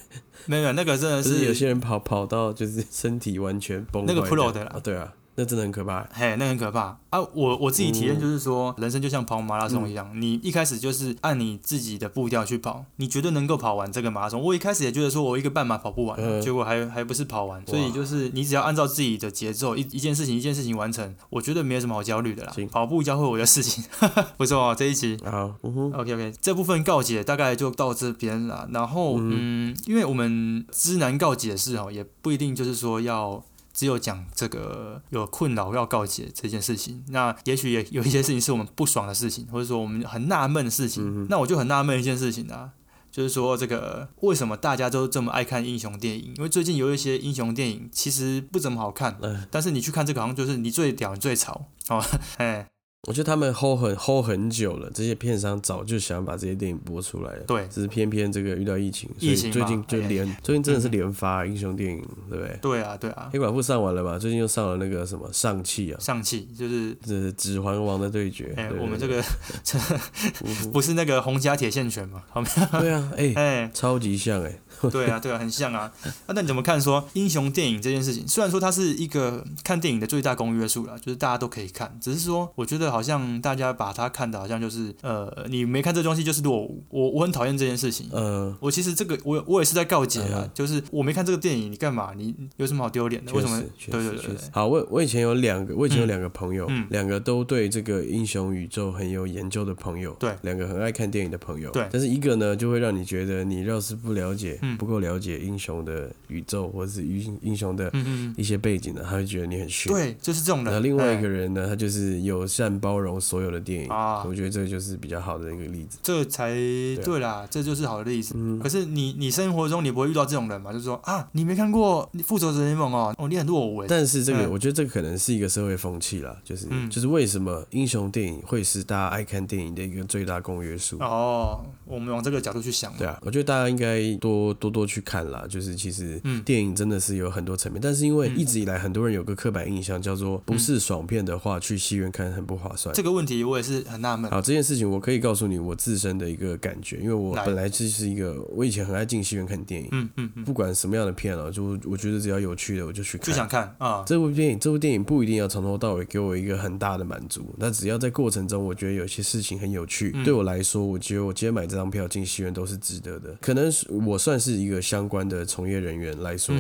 Speaker 2: 没有，那个真的
Speaker 1: 不
Speaker 2: 是
Speaker 1: 是有些人跑跑到就是身体完全崩
Speaker 2: 那
Speaker 1: 坏
Speaker 2: 个
Speaker 1: 这
Speaker 2: pro
Speaker 1: 样。
Speaker 2: 的啦
Speaker 1: 啊，对啊，那真的很可怕。
Speaker 2: 嘿，那很可怕啊！我我自己
Speaker 1: 嗯
Speaker 2: 体验就是说，人生就像跑马拉松一样，你一开始就是按你自己的步调去跑，你绝对能够跑完这个马拉松。我一开始也觉得说我一个半马跑不完，啊
Speaker 1: 嗯
Speaker 2: 结果还还不是跑完。所以就是你只要按照自己的节奏，一一件事情一件事情完成，我觉得没有什么好焦虑的啦
Speaker 1: 行。
Speaker 2: 跑步教会我的事情， 不错哦，这一期。
Speaker 1: 好，嗯哼，
Speaker 2: OK OK，这部分告解大概就到这边了。然后嗯因为我们知难告解是哦，也不一定就是说要只有讲这个有困扰要告解这件事情。那也许也有一些事情是我们不爽的事情，或者说我们很纳闷的事情。那我就很纳闷一件事情啊。就是说，这个为什么大家都这么爱看英雄电影？因为最近有一些英雄电影其实不怎么好看，
Speaker 1: 嗯
Speaker 2: 但是你去看这个，好像就是你最屌，你最潮哦，哎，
Speaker 1: 我觉得他们 hold 很 hold 很久了，这些片商早就想把这些电影播出来了。
Speaker 2: 对
Speaker 1: 只是偏偏这个遇到疫情，所
Speaker 2: 疫
Speaker 1: 以
Speaker 2: 情嘛
Speaker 1: 最近就
Speaker 2: 哎
Speaker 1: 连最近真的是连发英雄电影，对不对？
Speaker 2: 对啊，对啊，
Speaker 1: 黑寡妇上完了嘛，最近又上了那个什么上汽啊，
Speaker 2: 上气就是
Speaker 1: 这是《指环王》的对决。
Speaker 2: 哎、
Speaker 1: 对
Speaker 2: 我们这
Speaker 1: 对
Speaker 2: 个不是那个红甲铁线 拳嘛？好没有？
Speaker 1: 对啊，哎、
Speaker 2: 哎、
Speaker 1: 超级像哎、
Speaker 2: 对啊，对啊，很像啊。啊，那你怎么看说英雄电影这件事情？虽然说它是一个看电影的最大公约数啦，就是大家都可以看，只是说我觉得好像大家把它看的好像就是呃，你没看这东西就是落伍。我我很讨厌这件事情。
Speaker 1: 呃，
Speaker 2: 我其实这个我我也是在告诫啊，
Speaker 1: 嗯
Speaker 2: 就是我没看这个电影，你干嘛？你你有什么好丢脸的？为
Speaker 1: 确
Speaker 2: 什么
Speaker 1: 实？，确
Speaker 2: 对对
Speaker 1: 实，
Speaker 2: 对
Speaker 1: 确
Speaker 2: 对
Speaker 1: 实。好，我我以前有两个，我以前有
Speaker 2: 嗯
Speaker 1: 两个朋友
Speaker 2: 嗯，
Speaker 1: 两、个都对这个英雄宇宙很有研究的朋友，
Speaker 2: 对
Speaker 1: 两个很爱看电影的朋友，
Speaker 2: 对
Speaker 1: 但是一个呢，就会让你觉得你要是不了解，
Speaker 2: 嗯
Speaker 1: 不够了解英雄的宇宙或者是英英雄的
Speaker 2: 嗯嗯，嗯
Speaker 1: 一些背景呢，他会觉得你很逊。
Speaker 2: 对，就是这种
Speaker 1: 那
Speaker 2: 人。
Speaker 1: 另外一个
Speaker 2: 哎
Speaker 1: 人呢，他就是友善包容所有的电影，
Speaker 2: 啊
Speaker 1: 我觉得这个就是比较好的一个例子。
Speaker 2: 这才
Speaker 1: 啊
Speaker 2: 对啦，这就是好的例子。
Speaker 1: 嗯
Speaker 2: 可是你你生活中你不会遇到这种人嘛？就是说啊，你没看过《复仇者联盟》哦，哦，你很落伍哎。
Speaker 1: 但是这个，
Speaker 2: 嗯
Speaker 1: 我觉得这个可能是一个社会风气啦，就是
Speaker 2: 嗯
Speaker 1: 就是为什么英雄电影会是大家爱看电影的一个最大公约数。
Speaker 2: 哦，我们往这个角度去想嘛。
Speaker 1: 对啊，我觉得大家应该多多多去看啦。就是其实
Speaker 2: 嗯
Speaker 1: 电影真的是有很多层面，但是因为
Speaker 2: 嗯
Speaker 1: 一直以来很多人有个刻板印象，叫做不是爽片的话去戏院看很不划算。
Speaker 2: 这个问题我也是很纳闷。
Speaker 1: 好，这件事情我可以告诉你我自身的一个感觉，因为我
Speaker 2: 来
Speaker 1: 本来就是一个我以前很爱进戏院看电影，
Speaker 2: 嗯嗯嗯，
Speaker 1: 不管什么样的片啊，就我觉得只要有趣的我就去
Speaker 2: 就
Speaker 1: 看。
Speaker 2: 想看啊，
Speaker 1: 这部电影，这部电影不一定要从头到尾给我一个很大的满足，那只要在过程中，我觉得有些事情很有趣，
Speaker 2: 嗯
Speaker 1: 对我来说，我觉得我今天买这张票进戏院都是值得的。可能是我算是一个相关的从业人员来
Speaker 2: 嗯
Speaker 1: 说，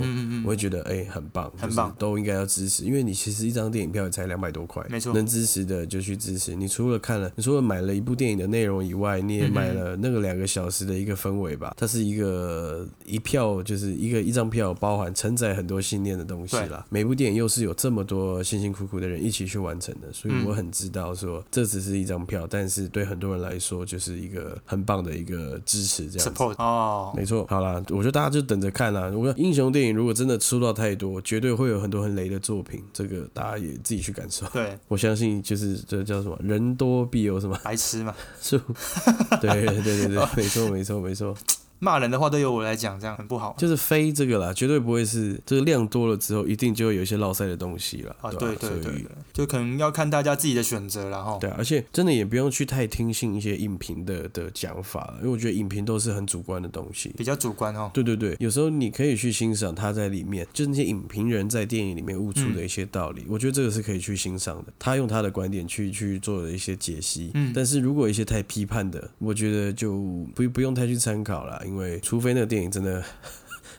Speaker 1: 我会觉得哎、很棒，
Speaker 2: 很棒，
Speaker 1: 都应该要支持，因为你其实一张电影票也才两百多块，
Speaker 2: 没错
Speaker 1: 能支持的就去支持。你除了看了，你除了买了一部电影的内容以外，你也买了那个两个小时的一个氛围
Speaker 2: 嗯
Speaker 1: 吧，它是一个一票就是一个一张票包含承载很多信念的东西
Speaker 2: 对
Speaker 1: 啦。每部电影又是有这么多辛辛苦苦的人一起去完成的，所以
Speaker 2: 嗯
Speaker 1: 我很知道说这只是一张票，但是对很多人来说就是一个很棒的一个支持，这样子。
Speaker 2: support 哦，
Speaker 1: 没错，好啦，我觉得大家就等着看啦。我英雄电影如果真的出到太多，绝对会有很多很雷的作品，这个大家也自己去感受。
Speaker 2: 对，
Speaker 1: 我相信就是这叫什么，人多必有什么
Speaker 2: 白痴嘛。哦
Speaker 1: 树。对对对对对，没错没错没错。
Speaker 2: 骂人的话都由我来讲，这样很不好。
Speaker 1: 就是非这个啦，绝对不会是这个量多了之后，一定就会有一些落塞的东西了。
Speaker 2: 啊，
Speaker 1: 对
Speaker 2: 对
Speaker 1: 吧
Speaker 2: 对对
Speaker 1: 所以
Speaker 2: 对，哦就可能要看大家自己的选择了哈。
Speaker 1: 对啊，而且真的也不用去太听信一些影评的的讲法了，因为我觉得影评都是很主观的东西。
Speaker 2: 比较主观哦。
Speaker 1: 对对对，有时候你可以去欣赏他在里面，就是那些影评人在电影里面悟
Speaker 2: 嗯
Speaker 1: 出的一些道理，我觉得这个是可以去欣赏的。他用他的观点去去做了一些解析，
Speaker 2: 嗯
Speaker 1: 但是如果一些太批判的，我觉得就不不用太去参考啦，因为除非那个电影真的。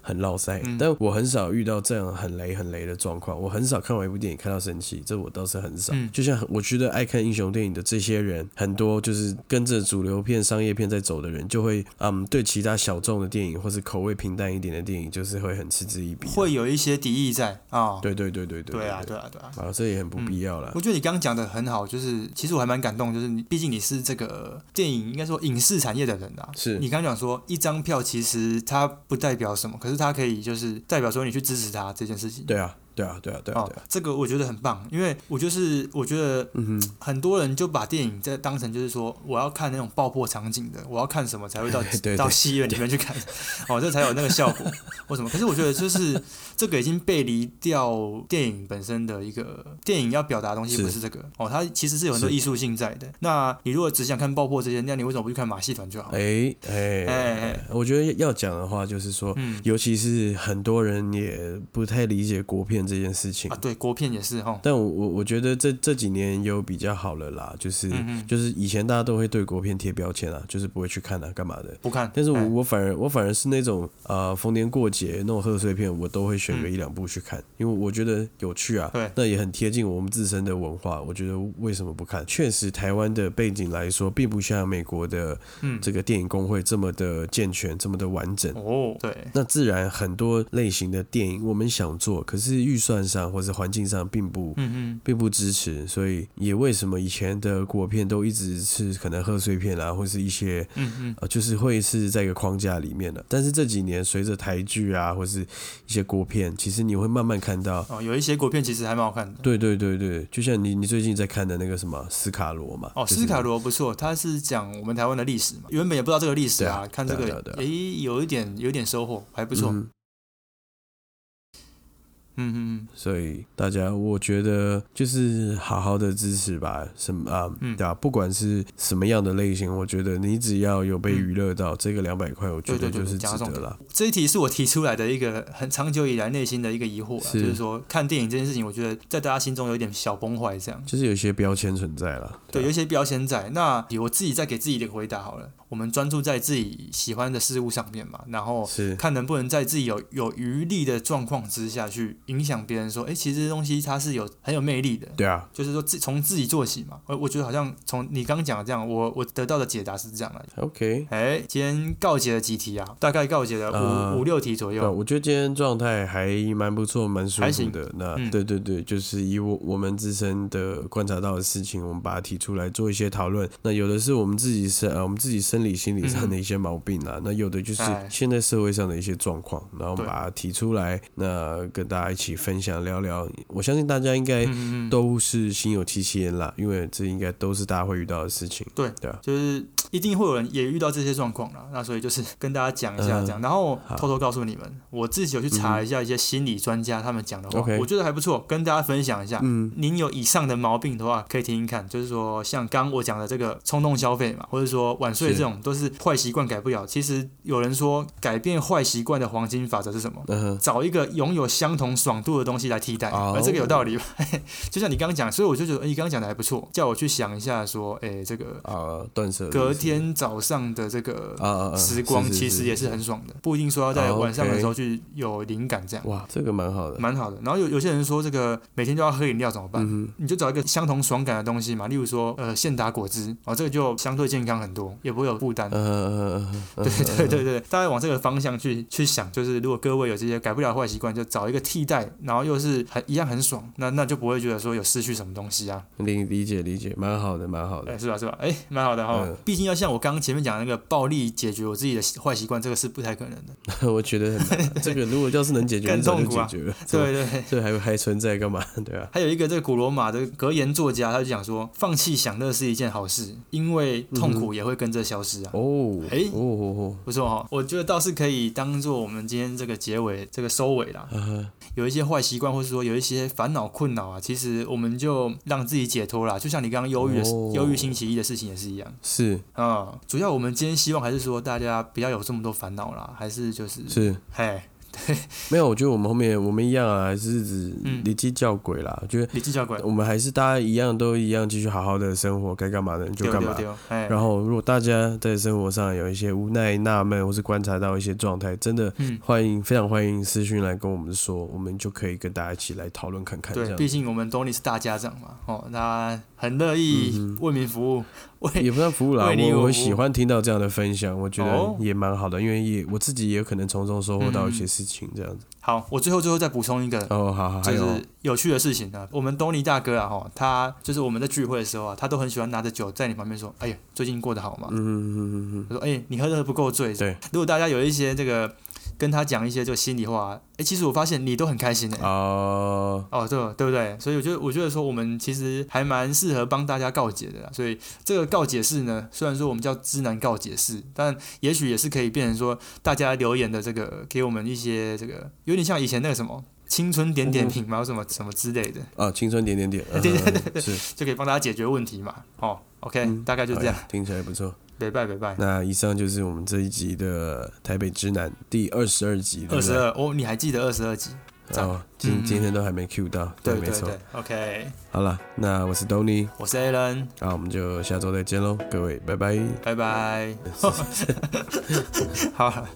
Speaker 1: 很落塞，
Speaker 2: 嗯
Speaker 1: 但我很少遇到这样很雷很雷的状况。我很少看完一部电影看到生气，这我倒是很少。
Speaker 2: 嗯
Speaker 1: 就像我觉得爱看英雄电影的这些人，很多就是跟着主流片、商业片在走的人，就会嗯对其他小众的电影或是口味平淡一点的电影，就是会很嗤之以鼻。
Speaker 2: 会有一些敌意在啊。
Speaker 1: 对对对对对
Speaker 2: 对啊，嗯对啊，对啊。
Speaker 1: 啊，这也很不必要啦。
Speaker 2: 我觉得你刚刚讲的很好，就是其实我还蛮感动，就是你毕竟你是这个电影应该说影视产业的人啊。
Speaker 1: 是
Speaker 2: 你刚刚讲说一张票其实它不代表什么，可是它可以就是代表说你去支持他这件事情。
Speaker 1: 对啊，对啊，对啊，对啊，
Speaker 2: 哦
Speaker 1: 对啊，，
Speaker 2: 这个我觉得很棒，因为我就是我觉得
Speaker 1: 嗯哼，
Speaker 2: 很多人就把电影在当成就是说我要看那种爆破场景的，我要看什么才会到
Speaker 1: 对对
Speaker 2: 到戏院里面去看， 哦，这才有那个效果或什么。可是我觉得就是这个已经背离掉电影本身的一个电影要表达的东西，
Speaker 1: 是
Speaker 2: 不是这个哦，它其实是有很多
Speaker 1: 是
Speaker 2: 艺术性在的。那你如果只想看爆破这些，那你为什么不去看马戏团就好了？
Speaker 1: 哎哎
Speaker 2: 哎哎
Speaker 1: 我觉得要讲的话就是说，
Speaker 2: 嗯
Speaker 1: 尤其是很多人也不太理解国片这件事情
Speaker 2: 啊，。对，国片也是哈，
Speaker 1: 但我我我觉得这这几年有比较好了啦，就是、
Speaker 2: 嗯嗯
Speaker 1: 就是以前大家都会对国片贴标签啊，就是不会去看啊，干嘛的。
Speaker 2: 不看。
Speaker 1: 但是我、
Speaker 2: 哎
Speaker 1: 我反而我反而是那种呃逢年过节那种贺岁片，我都会选个一两部去看，因为我觉得有趣啊，
Speaker 2: 嗯对
Speaker 1: 那也很贴近我们自身的文化，我觉得为什么不看？确实，台湾的背景来说，并不像美国的
Speaker 2: 嗯
Speaker 1: 这个电影工会这么的健全，这么的完整。
Speaker 2: 哦，对，
Speaker 1: 那自然很多类型的电影我们想做，可是预算上或是环境上并不
Speaker 2: 嗯嗯，
Speaker 1: 并不支持，所以也为什么以前的国片都一直是可能贺岁片啊，或是一些
Speaker 2: 嗯嗯，
Speaker 1: 呃，就是会是在一个框架里面的。但是这几年随着台剧啊，或是一些国片，其实你会慢慢看到，
Speaker 2: 哦，有一些国片其实还蛮好看的。
Speaker 1: 对对对对，就像你你最近在看的那个什么斯卡罗嘛，
Speaker 2: 哦，
Speaker 1: 就是嗯
Speaker 2: 斯卡罗不错，他是讲我们台湾的历史嘛，原本也不知道这个历史啊，
Speaker 1: 对啊
Speaker 2: 看这个
Speaker 1: 对啊对啊，
Speaker 2: 诶、有一点有一点收获，还不错。嗯
Speaker 1: 嗯
Speaker 2: 嗯嗯，
Speaker 1: 所以大家，我觉得就是好好的支持吧，什么啊，
Speaker 2: 嗯
Speaker 1: 对吧？不管是什么样的类型，我觉得你只要有被娱乐到，这个两百块，我觉得
Speaker 2: 嗯对对
Speaker 1: 就
Speaker 2: 对
Speaker 1: 是值
Speaker 2: 对讲到
Speaker 1: 得
Speaker 2: 重
Speaker 1: 了。
Speaker 2: 这一题是我提出来的一个很长久以来内心的一个疑惑啊，
Speaker 1: 是
Speaker 2: 就是说看电影这件事情，我觉得在大家心中有一点小崩坏这样。
Speaker 1: 就是有一些标签存在啊了，
Speaker 2: 对，有
Speaker 1: 吧
Speaker 2: 一些标签在。那我自己再给自己一个回答好了，我们专注在自己喜欢的事物上面嘛，然后
Speaker 1: 是
Speaker 2: 看能不能在自己有有余力的状况之下去影响别人说，诶，其实这东西它是有很有魅力的。
Speaker 1: 对啊，
Speaker 2: 就是说自从自己做起嘛。我我觉得好像从你刚讲的这样，我我得到的解答是这样的。
Speaker 1: OK，
Speaker 2: 哎，今天告解了几题啊？大概告解了五、
Speaker 1: 呃
Speaker 2: 五六题左
Speaker 1: 对啊，
Speaker 2: 右。
Speaker 1: 我觉得今天状态还蛮不错，蛮舒
Speaker 2: 还
Speaker 1: 服
Speaker 2: 行
Speaker 1: 的。那、
Speaker 2: 嗯
Speaker 1: 对对对，就是以我我们自身的观察到的事情，我们把它提出来做一些讨论。那有的是我们自己生呃我们自己生理心理上的一些毛病啦，那有的就是
Speaker 2: 哎
Speaker 1: 现在社会上的一些状况，然后我们
Speaker 2: 对
Speaker 1: 把它提出来，那跟大家一起分享聊聊。我相信大家应该
Speaker 2: 嗯嗯嗯，
Speaker 1: 都是心有戚戚焉啦，因为这应该都是大家会遇到的事情。
Speaker 2: 对
Speaker 1: 对啊，
Speaker 2: 就是一定会有人也遇到这些状况啦。那所以就是跟大家讲一下
Speaker 1: 嗯
Speaker 2: 这样，然后
Speaker 1: 好
Speaker 2: 偷偷告诉你们，我自己有去查一下一些心理专家他们讲的话，
Speaker 1: OK
Speaker 2: 我觉得还不错，跟大家分享一下。
Speaker 1: 嗯，
Speaker 2: 您有以上的毛病的话，可以听听看，就是说像刚我讲的这个冲动消费嘛，或者说晚睡
Speaker 1: 是
Speaker 2: 这种都是坏习惯改不了。其实有人说改变坏习惯的黄金法则是什么？
Speaker 1: 嗯哼，
Speaker 2: 找一个拥有相同爽度的东西来替代，
Speaker 1: 哦
Speaker 2: 而这个有道理吧？ 就像你刚刚讲，所以我就觉得哎诶你刚刚讲的还不错，叫我去想一下说，诶，这个
Speaker 1: 啊，断舍离
Speaker 2: 隔
Speaker 1: 是不是
Speaker 2: 天早上的这个
Speaker 1: 啊啊啊
Speaker 2: 时光
Speaker 1: 是是
Speaker 2: 其
Speaker 1: 是
Speaker 2: 实也是很爽的，不一定说要在
Speaker 1: 哦，OK
Speaker 2: 晚上的时候去有灵感这样，
Speaker 1: 哇，这个蛮好的。
Speaker 2: 蛮好的。然后有有些人说这个每天都要喝饮料怎么办？
Speaker 1: 嗯
Speaker 2: 你就找一个相同爽感的东西嘛，例如说呃现打果汁哦，这个就相对健康很多，也不会有负担
Speaker 1: 哼，。嗯嗯
Speaker 2: 对对对对，大家往这个方向去去想，就是如果各位有这些改不了的坏习惯，就找一个替代，然后又是很一样很爽，那那就不会觉得说有失去什么东西啊，
Speaker 1: 嗯，理理解理解，蛮好的，蛮好
Speaker 2: 哎
Speaker 1: 的。
Speaker 2: 是吧是吧？哎，蛮好的哈
Speaker 1: 嗯，
Speaker 2: 毕竟要要像我刚刚前面讲的那个暴力解决我自己的坏习惯，这个是不太可能的，
Speaker 1: 我觉得很难啊这个如果要是能解决，
Speaker 2: 更
Speaker 1: 早就
Speaker 2: 痛苦啊
Speaker 1: 解决了。怎么
Speaker 2: 对 对对。
Speaker 1: 这还还存在干嘛？对啊，
Speaker 2: 还有一个这个古罗马的格言作家，他就讲说，放弃享乐是一件好事，因为痛苦也会跟着消失啊。
Speaker 1: 哦，
Speaker 2: 哎
Speaker 1: 哦哦
Speaker 2: 不错哈、哦，我觉得倒是可以当做我们今天这个结尾、这个收尾啦。
Speaker 1: 哦，啊，
Speaker 2: 有一些坏习惯，或是说有一些烦恼、困扰啊，其实我们就让自己解脱啦。就像你刚刚忧郁的
Speaker 1: 哦
Speaker 2: 忧郁星期一的事情也是一样
Speaker 1: 是
Speaker 2: 啊、嗯主要我们今天希望还是说大家不要有这么多烦恼啦，还是就是
Speaker 1: 是，
Speaker 2: 嘿，
Speaker 1: 没有，我觉得我们后面我们一样啊，还是指
Speaker 2: 嗯
Speaker 1: 离经教鬼啦。我觉得
Speaker 2: 理智小鬼，
Speaker 1: 我们还是大家一样，都一样继续好好的生活，该干嘛的你就
Speaker 2: 丢
Speaker 1: 干
Speaker 2: 丢
Speaker 1: 嘛。
Speaker 2: 丢，哎，
Speaker 1: 然后，如果大家在生活上有一些无奈、纳闷，或是观察到一些状态，真的
Speaker 2: 嗯，
Speaker 1: 欢迎，非常欢迎私讯来跟我们说，我们就可以跟大家一起来讨论看看。这
Speaker 2: 对，
Speaker 1: 样
Speaker 2: 毕
Speaker 1: 子
Speaker 2: 竟我们 Tony 是大家长嘛，哦，他很乐意
Speaker 1: 嗯
Speaker 2: 为民服务，为
Speaker 1: 也不算服务啦，
Speaker 2: 为你
Speaker 1: 我
Speaker 2: 我
Speaker 1: 我喜欢听到这样的分享，我觉
Speaker 2: 哦
Speaker 1: 得也蛮好的，因为也我自己也有可能从中收获到一些事情，这样子。
Speaker 2: 好，我最后最后再补充一个，
Speaker 1: 哦，好好，还
Speaker 2: 就
Speaker 1: 有
Speaker 2: 嗯是有趣的事情呢。我们东尼大哥啊，哈，他就是我们在聚会的时候啊，他都很喜欢拿着酒在你旁边说：“哎呀，最近过得好吗？”
Speaker 1: 嗯嗯嗯嗯
Speaker 2: 他说：“哎、你喝的不够醉。”
Speaker 1: 对。
Speaker 2: 如果大家有一些这个跟他讲一些这个心里话啊，哎、其实我发现你都很开心的、
Speaker 1: 嗯，哦，
Speaker 2: 哦，对哦，对不对？所以我觉得，我觉得说我们其实还蛮适合帮大家告解的啦。所以这个告解式呢，虽然说我们叫知难告解式，但也许也是可以变成说大家留言的这个给我们一些这个有点像以前那个什么青春点点评嘛，或什么什么之类的，
Speaker 1: 啊，青春点点点，嗯
Speaker 2: 对对
Speaker 1: 嗯嗯是，
Speaker 2: 就可以帮大家解决问题嘛。哦，OK，、
Speaker 1: 嗯
Speaker 2: 大概就这样
Speaker 1: 好，呀，听起来不错。
Speaker 2: 拜拜拜拜。
Speaker 1: 那以上就是我们这一集的台北之南第二十二集，对
Speaker 2: 二
Speaker 1: 不
Speaker 2: 十
Speaker 1: 对
Speaker 2: 二哦，你还记得二十二集？赞
Speaker 1: 哦，
Speaker 2: 嗯
Speaker 1: 今
Speaker 2: 嗯
Speaker 1: 今天都还没 Q 到，
Speaker 2: 对
Speaker 1: 没
Speaker 2: 对
Speaker 1: 错
Speaker 2: 对。，OK，
Speaker 1: 好了，那我是 Tony，
Speaker 2: 我是 Alan，
Speaker 1: 那我们就下周再见喽，各位，拜拜。
Speaker 2: 拜拜。好了。